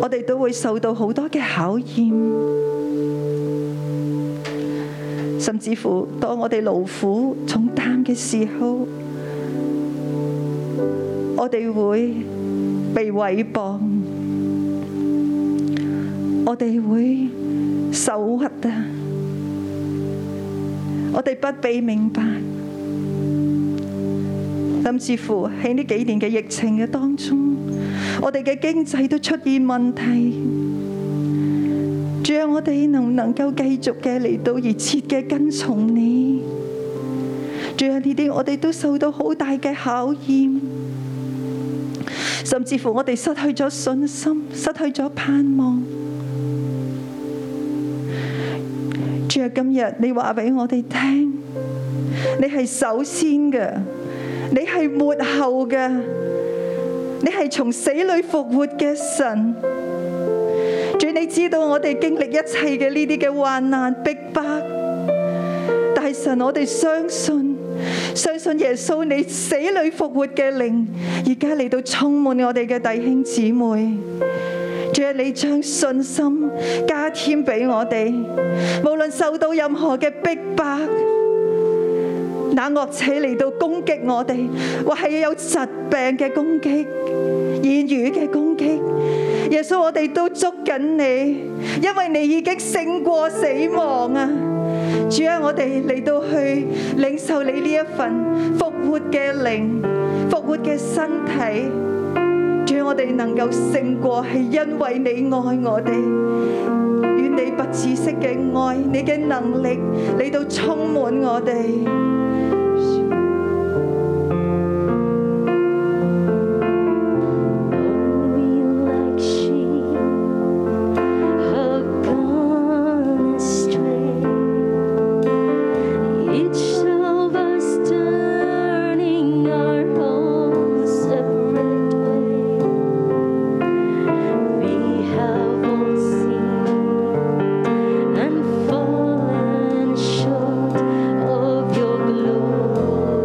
S6: 我哋都會受到好多嘅考驗，甚至乎當我哋勞苦重擔嘅時候，我哋會被毀謗，我哋會受屈啊，我哋不被明白。甚至乎喺呢幾年嘅疫情嘅當中，我哋嘅經濟都出現問題。主啊，我哋能唔能夠繼續嘅嚟到熱切嘅跟從你？主啊，呢啲我哋都受到好大嘅考驗，甚至乎我哋失去咗信心，失去咗盼望。主啊，今日你話俾我哋聽，你係首先嘅。你係末後嘅，你係從死裏復活嘅神。主，你知道我哋經歷一切嘅呢啲嘅患難逼迫，但係神，我哋相信，相信耶穌你死裏復活嘅靈，而家嚟到充滿我哋嘅弟兄姊妹。主啊，你將信心加添俾我哋，無論受到任何嘅逼迫。那惡者嚟到攻擊我哋，或係有疾病嘅攻擊、言語嘅攻擊。耶穌，我哋都捉緊你，因為你已經勝過死亡啊！主啊，我哋嚟到去領受你呢一份復活嘅靈、復活嘅身體。主啊，我哋能夠勝過係因為你愛我哋。願你不止息嘅愛，你嘅能力嚟到充滿我哋。
S4: Like sheep have gone astray, each of us turning our own separate way. We have all seen and fallen short of your glory.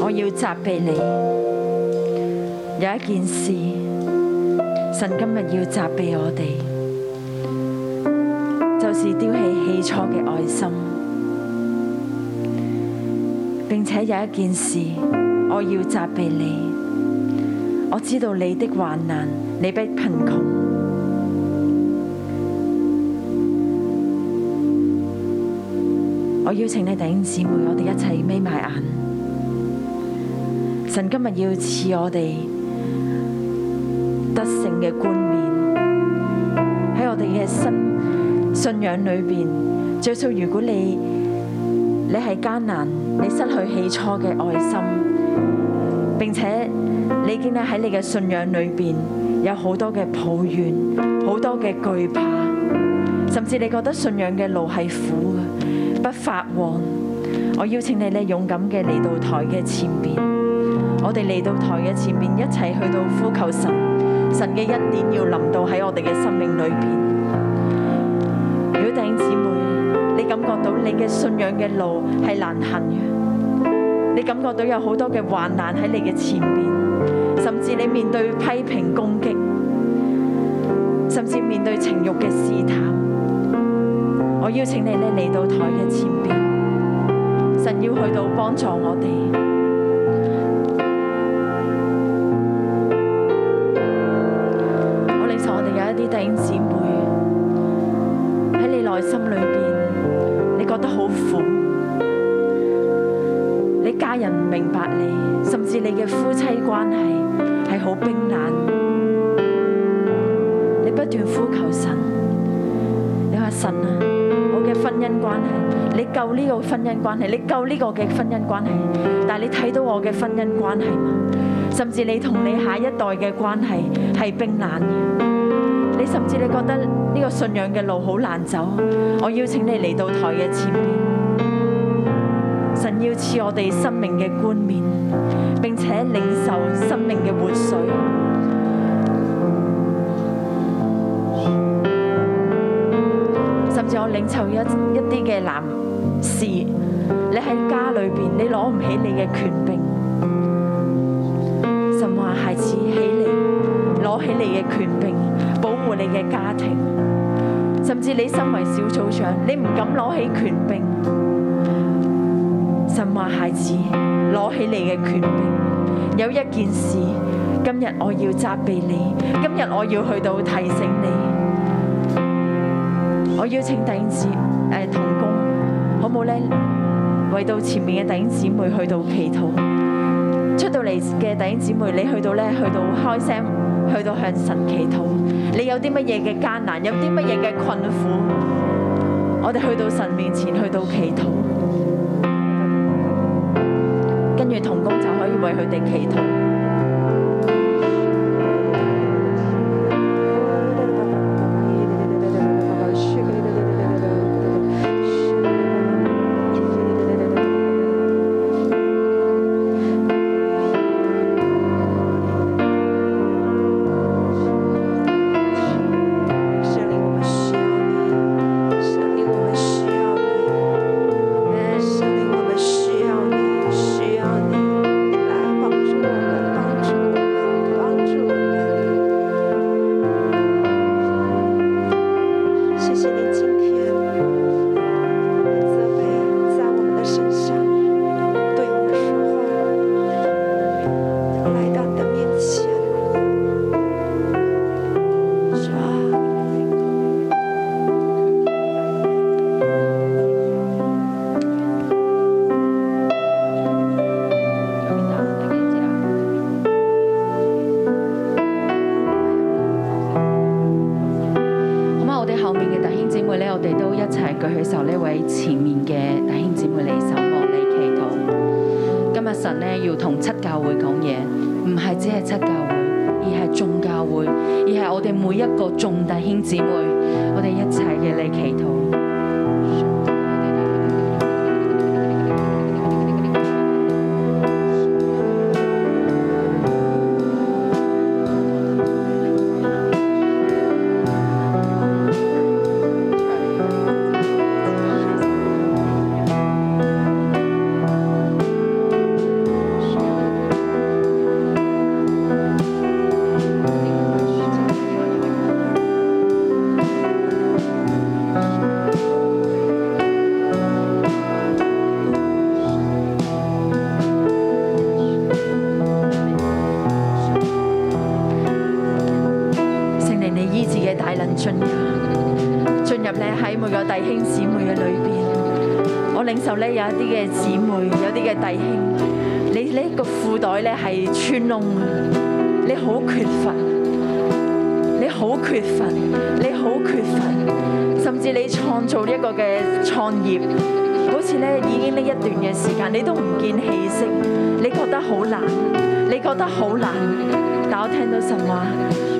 S7: 我要責備你。有一件事，神今日要責備我哋，就是丟棄起初嘅愛心。並且有一件事，我要責備你。我知道你的患難，你不貧窮。我邀請你弟兄姊妹，我哋一齊眯埋眼。神今日要賜我哋得勝嘅冠冕，喺我哋嘅信信仰裏邊，最少如果你你係艱難，你失去起初嘅愛心，並且你見到喺你嘅信仰裏邊有好多嘅抱怨，好多嘅懼怕。甚至你覺得信仰嘅路係苦嘅，不發旺。我邀請你咧勇敢嘅嚟到台嘅前邊，我哋嚟到台嘅前面，一齊去到呼求神，神嘅恩典要臨到喺我哋嘅生命裏邊。如果弟兄姊妹，你感覺到你嘅信仰嘅路係難行嘅，你感覺到有好多嘅患難喺你嘅前邊，甚至你面對批評攻擊，甚至面對情慾嘅試探。我邀請你咧嚟到台嘅前邊，神要去到幫助我哋。我領受我哋有一啲弟兄姊妹喺你內心裏邊，你覺得好苦，你家人唔明白你，甚至你嘅夫妻關係係好冰冷，你不斷呼求神，你話神啊！我嘅婚姻關係，你救呢個婚姻關係，你救呢個嘅婚姻關係，但係你睇到我嘅婚姻關係嘛？甚至你同你下一代嘅關係係冰冷嘅，你甚至你覺得呢個信仰嘅路好難走，我邀請你嚟到台嘅前面，神要賜我哋生命嘅冠冕，並且領受生命嘅活水。甚至我領受一一啲嘅男士，你喺家裏邊，你攞唔起你嘅權柄。神話孩子起嚟，攞起你嘅權柄，保護你嘅家庭。甚至你身為小組長，你唔敢攞起權柄。神話孩子，攞起你嘅權柄。有一件事，今日我要責備你，今日我要去到提醒你。我邀請弟兄姊誒同工，好冇咧？為到前面嘅弟兄姊妹去到祈禱，出到嚟嘅弟兄姊妹，你去到咧，去到開聲，去到向神祈禱。你有啲乜嘢嘅艱難，有啲乜嘢嘅困苦，我哋去到神面前，去到祈禱，跟住同工就可以為佢哋祈禱。
S6: 神灵，我们需要你，神灵，我们需要你，神灵，我们需要你，需要你，你来帮助我们，帮助我们，帮助我们。谢谢你今天的责备在我们的身上，对我们说话，来到你的面前，主啊。
S8: 好嘛，我哋後面嘅弟兄姊妹咧，我哋都一齊舉起手呢位前面嘅弟兄姊妹嚟守望嚟祈禱。今日神咧要同七教會講嘢，唔係只係七教會，而係眾教會，而係我哋每一個眾弟兄姊妹，我哋一齊嘅嚟祈禱。
S7: 有弟兄姊妹嘅裏邊，我領受咧有一啲嘅姊妹，有啲嘅弟兄，你呢個褲袋咧係穿窿啊，你好缺乏，你好缺乏，你好缺乏，甚至你創造一個嘅創業，好似咧已經呢一段嘅時間，你都唔見氣息，你覺得好難，你覺得好難，但我聽到神話，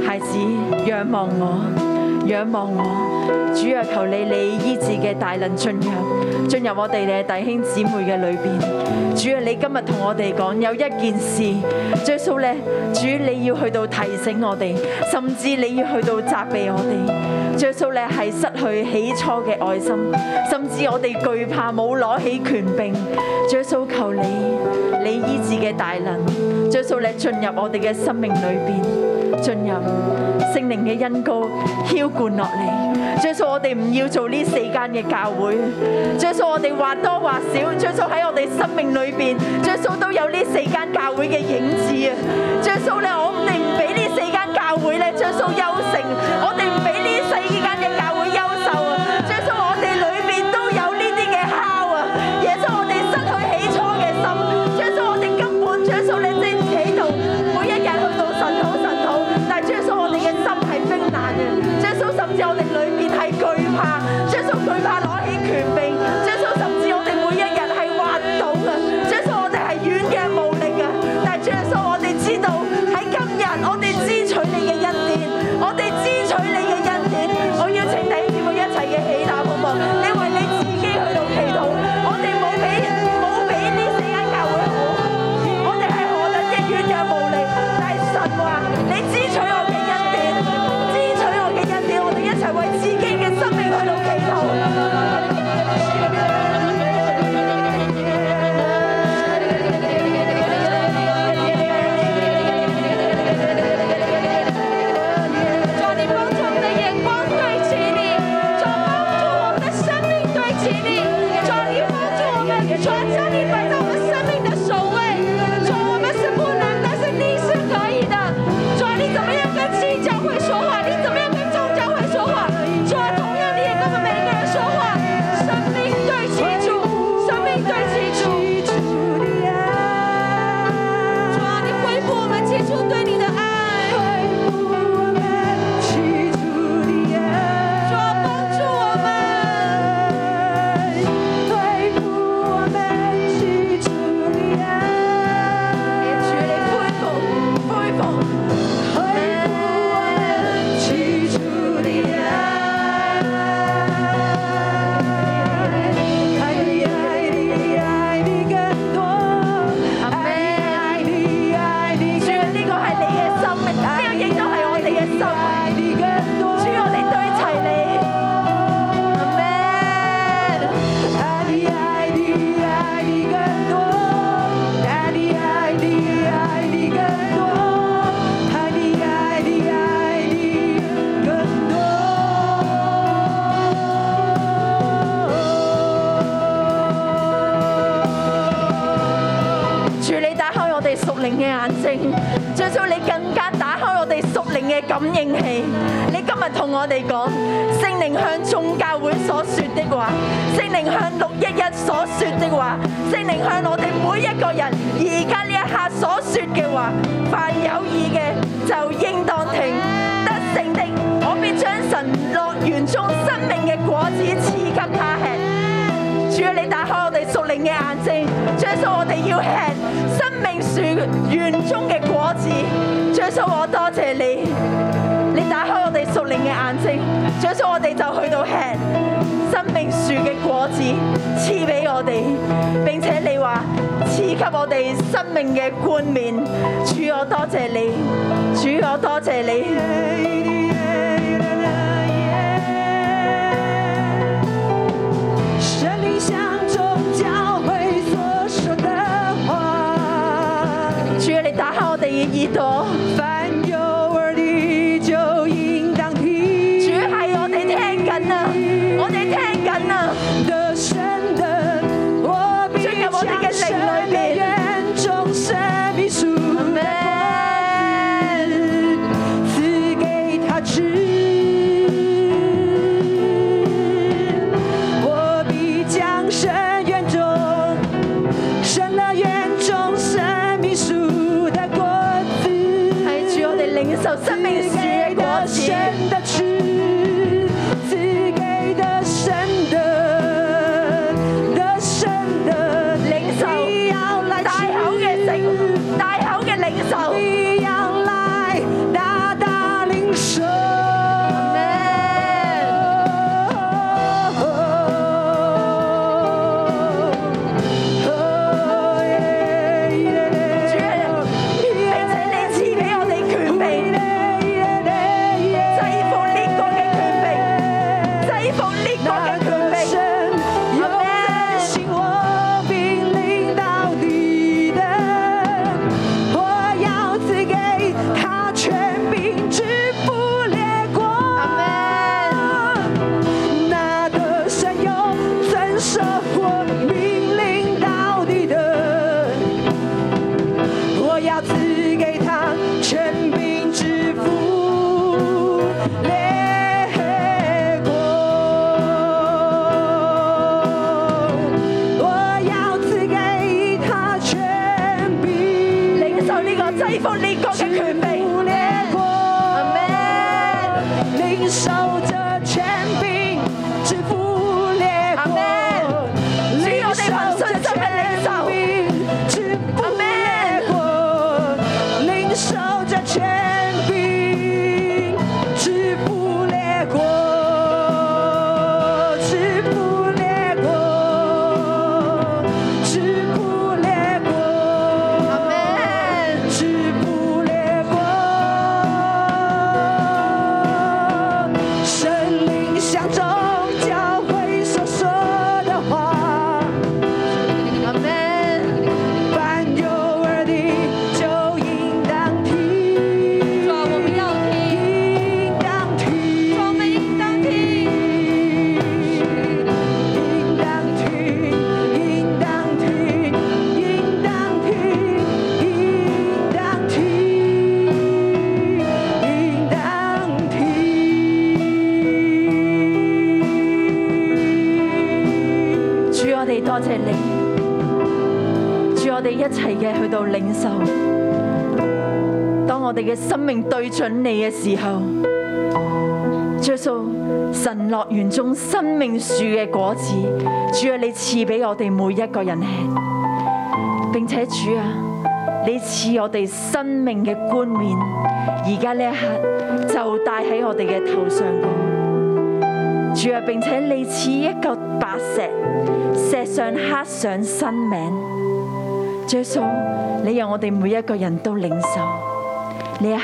S7: 孩子仰望我，仰望我。主啊，求你你醫治嘅大能進入，進入我哋嘅弟兄姊妹嘅裏邊。主啊，你今日同我哋講有一件事，最數咧，主你要去到提醒我哋，甚至你要去到責備我哋。最數咧係失去起初嘅愛心，甚至我哋懼怕冇攞起權柄。最數求你，你醫治嘅大能，最數你進入我哋嘅生命裏邊，進入。聖靈嘅恩膏澆灌落嚟。最數我哋唔要做呢四間嘅教會，最數我哋或多或少，最數喺我哋生命裏邊，最數都有呢四間教會嘅影子啊！最數咧，我哋唔俾呢四間教會咧，最數優勝，我哋唔俾呢四間嘅教會優秀啊！最數我哋裏邊都有呢啲嘅酵啊！耶穌，我哋失去起初嘅心，最數我哋根本，最數你正企度，每一日去到神土神土，但係最數我哋嘅心係冰冷嘅，最數甚至我哋裏邊係懼怕，最數懼怕攞起權柄，最數甚至我哋每一日係滑倒嘅，最數我哋係軟弱無力嘅，但係最數我哋知道喺今日我哋支取你嘅恩典，我哋支取你嘅恩典，我要請弟兄姊妹一齊嘅起立好唔好？你為你自己去到祈禱，我哋冇俾冇俾呢四間教會好，我哋係何等嘅軟弱無力，但係神話你支取我嘅恩典，支取我嘅恩典，我哋一齊為自己嘅生命去到祈禱。
S9: 啊主啊，你帮助我们的眼光对齐你，主啊，帮助我们的生命对齐你，主啊，你帮助我们，主啊，将你摆在我们生命的首位，主啊，我们是不能，但是你是可以的，主啊，你怎么样跟新教会说话，你怎么样跟众教会说话，主啊，同样你也跟我们每一个人说话，生命对齐主，生命对齐主，主啊，你恢复我们起初对你的爱。主啊，帮助我们，恢复我们起初的爱。主你恢复，恢复，恢复我们起初的爱。爱你，爱你，爱你更多。爱你，爱你，
S7: 主啊，呢個係你嘅生命，呢個亦都係我哋嘅生命。主，我哋對齊你。
S9: 爱你，爱你，爱你更多。爱你，爱你，爱你更多。爱你，爱你，爱你更多。
S7: 主你打開我哋屬靈嘅眼睛，最少你更加打開我哋屬靈嘅感應器。你今日同我哋講，聖靈向眾教會所說的話，聖靈向六一一所說的話，聖靈向我哋每一個人而家呢一刻所說嘅話，凡有耳嘅就應當聽。得勝的，我必將神樂園中生命嘅果子賜給他吃。主啊，你打開我哋屬靈嘅眼睛，最數我哋要吃生命樹園中嘅果子。最數我多謝你，你打開我哋屬靈嘅眼睛，最數我哋就去到吃生命樹嘅果子，賜俾我哋，並且你話賜給我哋生命嘅冠冕。主，我多謝你，主，我多謝你。
S9: 神灵向众教会所说的话，
S7: 主啊，你打開我哋嘅耳朵，
S9: 凡有耳的就应当听。
S7: 主係我哋聽緊啊，我哋聽緊啊。
S9: 的神的，我必
S7: 进入我哋嘅靈裏面
S9: 眼中神秘树的果子赐给他吃。领大口嘅领受。你要来大大领受。主啊，並且你賜俾我哋權柄，制服呢個嘅權柄，制服呢個嘅權柄。阿我要赐给他权柄之父列国，我要赐给他权柄，领受呢个制服列国嘅权柄。列国，领受这权柄之父列国，领受这权柄之父列国，领受这权柄之父列国。之父列国，之父列国，之父列国，神灵向中教会所说的话。凡有耳的就应当听，应当听，应当听。应当听，应当听，应当听，应当听，应当听。
S7: 主，我哋多謝你，主，我哋一齊嘅去到領受。當我哋嘅生命對準你嘅時候，主耶穌神樂園中生命樹嘅果子，主啊，你賜俾我哋每一個人吃，並且主啊，你賜我哋生命嘅冠冕，而家呢一刻就戴喺我哋嘅頭上高。主啊，並且你賜一嚿白石，石上刻上新名。耶穌，你讓我哋每一個人都領受呢一刻，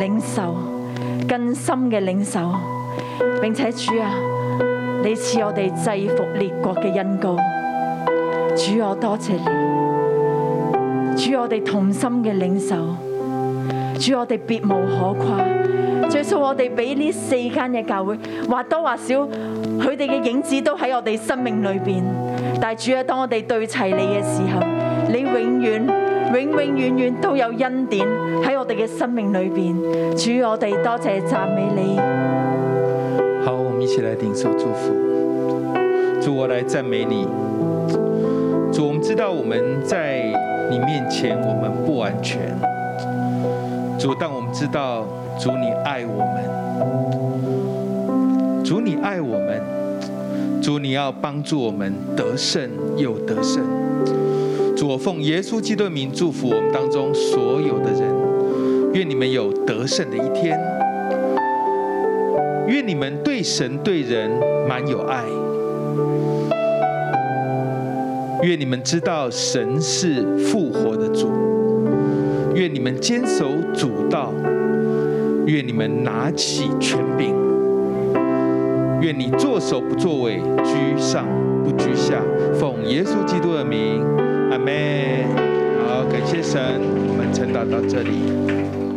S7: 領受更深嘅領受，並且主啊，你賜我哋制服列國嘅恩膏。主我多謝你，主我哋同心嘅領受，主我哋別無可誇。最數我哋俾呢四間嘅教會，或多或少佢哋嘅影子都喺我哋生命裏邊。但係主啊，當我哋對齊你嘅時候，你永遠、永永遠遠都有恩典喺我哋嘅生命裏邊。主，我哋多謝讚美你。
S2: 好，我们一起来领受祝福。主，我来赞美你。主，我们知道我们在你面前我们不完全。主，但我们知道主你爱我们。主你爱我们。主你要帮助我们得胜又得胜。主，我奉耶稣基督的名祝福我们当中所有的人，愿你们有得胜的一天。愿你们对神对人满有爱，愿你们知道神是复活的主，愿你们坚守主道，愿你们拿起权柄，愿你作首不作尾，居上不居下，奉耶稣基督的名，阿门。好，感谢神，我们晨祷到这里。